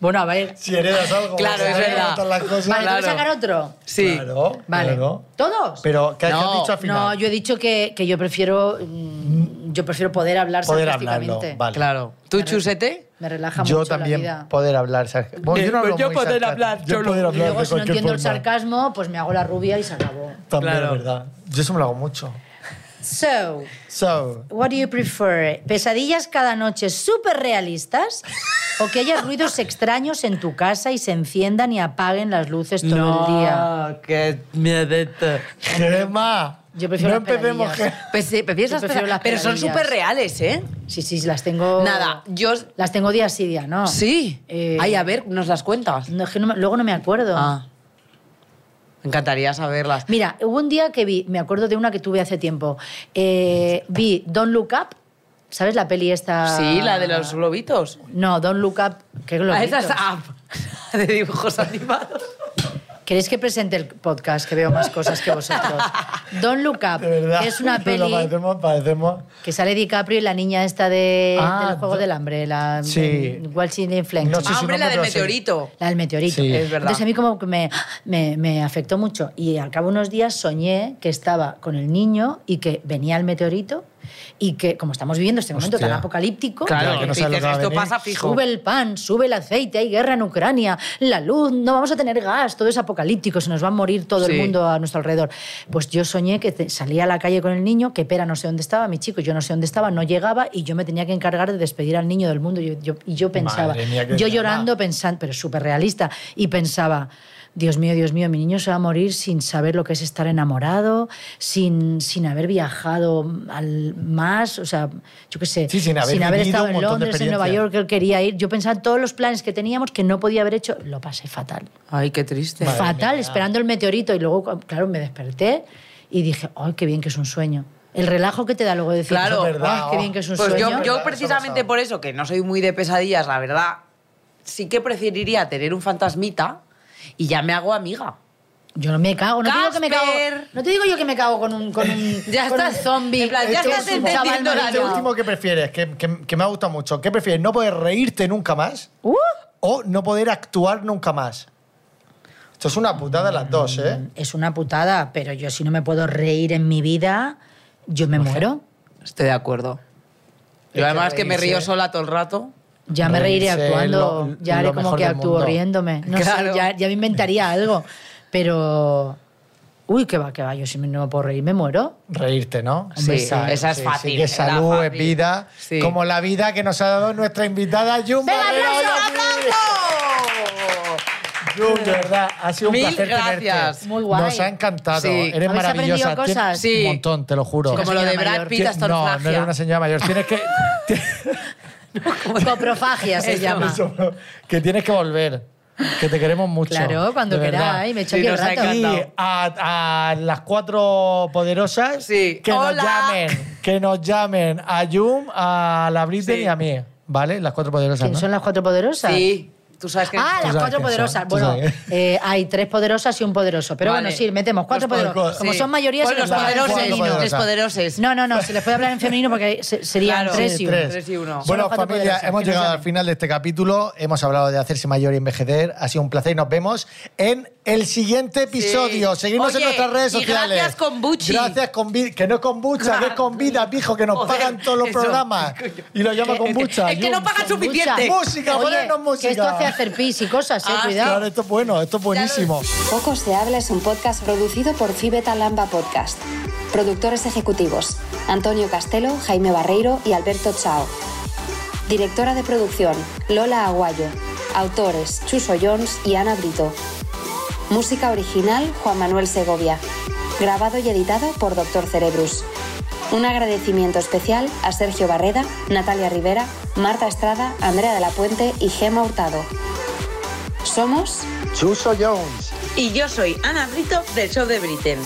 Bueno, a ver. Si heredas algo. Claro, si es heredas verdad. todas Las cosas, Vale, Claro. ¿te voy a sacar otro? Sí. Claro, Vale. claro. ¿Todos? Pero, ¿qué has No, dicho al final? No, yo he dicho que, que yo prefiero mm, yo prefiero poder hablar Poder hablarlo. sarcásticamente. Vale. Claro. ¿Tú, Chusete? Me relaja yo mucho también la vida. poder hablar. sarca- Bueno, yo no hablo Eh, pues Yo muy poder sarcástico. hablar, Yo yo lo- poder Y hablar luego de si no cualquier entiendo el forma. sarcasmo, pues me hago la rubia y se acabó. También Claro. es verdad. Yo eso me lo hago mucho. So, So, What do you prefer? ¿Pesadillas cada noche súper realistas? ¿O que haya ruidos extraños en tu casa y se enciendan y apaguen las luces todo el día? que me Gema. Yo prefiero No las empecemos, peladillas. Gema. Pues sí, prefieres Yo las prefiero peda- las Pero son peladillas. súper reales, ¿eh? Sí, sí, las tengo... Nada, yo... Las tengo día sí, día no. Sí. Eh, Ay, a ver, nos las cuentas. no, es que no me- luego no me acuerdo. Ah. Me encantaría saberlas. Mira, hubo un día que vi, me acuerdo de una que tuve hace tiempo, eh, vi Don't Look Up, ¿sabes la peli esta? Sí, la de los globitos. No, Don't Look Up, ¿qué Ah, globitos? esa es app de dibujos animados. ¿Queréis que presente el podcast? Que veo más cosas que vosotros. Don't Look Up, De verdad. que es una Nos peli parecemos, parecemos. que sale DiCaprio y la niña esta de, Ah, del Juego do- del Hambre, la Sí. Waltzing in Flames. No sé Ah, su hombre, la nombre, del pero sí. meteorito. La del meteorito. Sí. Es verdad. Entonces a mí como que me, me, me afectó mucho. Y al cabo de unos días soñé que estaba con el niño y que venía el meteorito y que, como estamos viviendo este momento Hostia. tan apocalíptico, Claro, Claro, que no que sabes dices, lo que va a esto venir. pasa fijo. Sube el pan, sube el aceite, hay guerra en Ucrania, la luz, no vamos a tener gas, todo es apocalíptico, se nos va a morir todo Sí. el mundo a nuestro alrededor. Pues yo soñé que te- salía a la calle con el niño, que Pera no sé dónde estaba, mi chico, yo no sé dónde estaba, no llegaba y yo me tenía que encargar de despedir al niño del mundo. Yo- yo- y yo pensaba, Madre mía, qué yo drama. llorando, pensando, pero súper realista, y pensaba... Dios mío, Dios mío, mi niño se va a morir sin saber lo que es estar enamorado, sin, sin haber viajado al más, o sea, yo qué sé, Sí, sin haber vivido estado un en montón de Londres, en Nueva experiencias. York, que él quería ir. Yo pensaba en todos los planes que teníamos que no podía haber hecho. Lo pasé fatal. Ay, qué triste. Madre fatal, mía. esperando el meteorito. Y luego, claro, me desperté y dije, ¡ay, qué bien que es un sueño! El relajo que te da luego decir, Claro. "Ay, Es verdad, qué oh". bien que es un Pues sueño! yo, Eso yo ha precisamente pasado. por eso, que no soy muy de pesadillas, la verdad, sí que preferiría tener un fantasmita y ya me hago amiga. Yo no me cago. No te, digo que me cago Casper. no te digo yo que me cago con un, con un, Ya con un estás- zombie. en plan, ya con estás un chaval entendiendo la Este Claro. mayor. último que prefieres, que, que- que me ha gustado mucho. ¿Qué prefieres? ¿No poder reírte nunca más ¡Uh! o no poder actuar nunca más? Esto es una putada las dos, ¿eh? Uh. Es una putada, pero yo si no me puedo reír en mi vida, yo me muero. Estoy de acuerdo. Hay Yo además que que me río reírse. sola todo el rato. Ya me reiré Reírse actuando, lo- ya lo haré como mejor que del actúo mundo. riéndome. No Claro. sé, ya, ya me inventaría algo. Pero. Uy, qué va, qué va. Yo si me- no me puedo reír, me muero. Reírte, ¿no? Sí, Claro, esa es sí, fácil, sí, que era salud es fácil. vida, Sí. como la vida que nos ha dado nuestra invitada Jun ¡Venga, Barrera hoy aplauso, aquí. Jun, de verdad, ha sido un Mil placer tenerte. gracias. Muy guay. Nos ha encantado. Sí. Eres ¿Habéis maravillosa. aprendido Tien- cosas? Sí. Un montón, te lo juro. Como lo de señora Brad mayor. Pitt hasta no, no eres una señora mayor. Tienes que, Coprofagia se Eso. llama. Eso, bro. que tienes que volver. Que te queremos mucho. Claro, cuando de verdad. queráis, me Sí, echo aquí el nos ha rato. Y encantado. a, a las cuatro poderosas Sí. que Hola. nos llamen. Que nos llamen a Yum, a la Britney Sí. y a mí. ¿Vale? Las cuatro poderosas. ¿Quién ¿no? son las cuatro poderosas? Sí, tú sabes que... Ah, Tú sabes las cuatro quién son, poderosas. tú Bueno, sabes. eh, hay tres poderosas y un poderoso. Pero Vale. bueno, sí, metemos cuatro Los poder- poderosos. Como Sí. son mayoría, Pues se los les puede hablar en poderosos, Las femenino. cuatro los poderosos. No, no, no, se les puede hablar en femenino porque se- serían Claro. tres Sí, y uno. tres. Tres y uno. Son las Bueno, cuatro familia, poderosas, hemos que nos llegado al llamen. final de este capítulo. Hemos hablado de hacerse mayor y envejecer. Ha sido un placer y nos vemos en el siguiente episodio. Sí. Seguimos en Oye, nuestras redes y sociales. gracias con Buchi. Gracias con Buchi. Que no es con Bucha, que es con Vida, pijo, que nos Joder, pagan todos los eso. programas. Y lo llama con Bucha. Es que no Jun. pagan suficiente. Mucha. Música, Oye, ponernos música. Que esto hace hacer pis y cosas, eh, Ah, cuidado. Claro, esto es bueno, esto es buenísimo. Poco se habla es un podcast producido por Fibeta Lamba Podcast. Productores ejecutivos: Antonio Castelo, Jaime Barreiro y Alberto Chao. Directora de producción: Lola Aguayo. Autores: Chuso Jones y Ana Brito. Música original: Juan Manuel Segovia. Grabado y editado por Doctor Cerebrus. Un agradecimiento especial a Sergio Barreda, Natalia Rivera, Marta Estrada, Andrea de la Puente y Gema Hurtado. Somos Chuso Jones. Y yo soy Ana Brito del Show de Britain.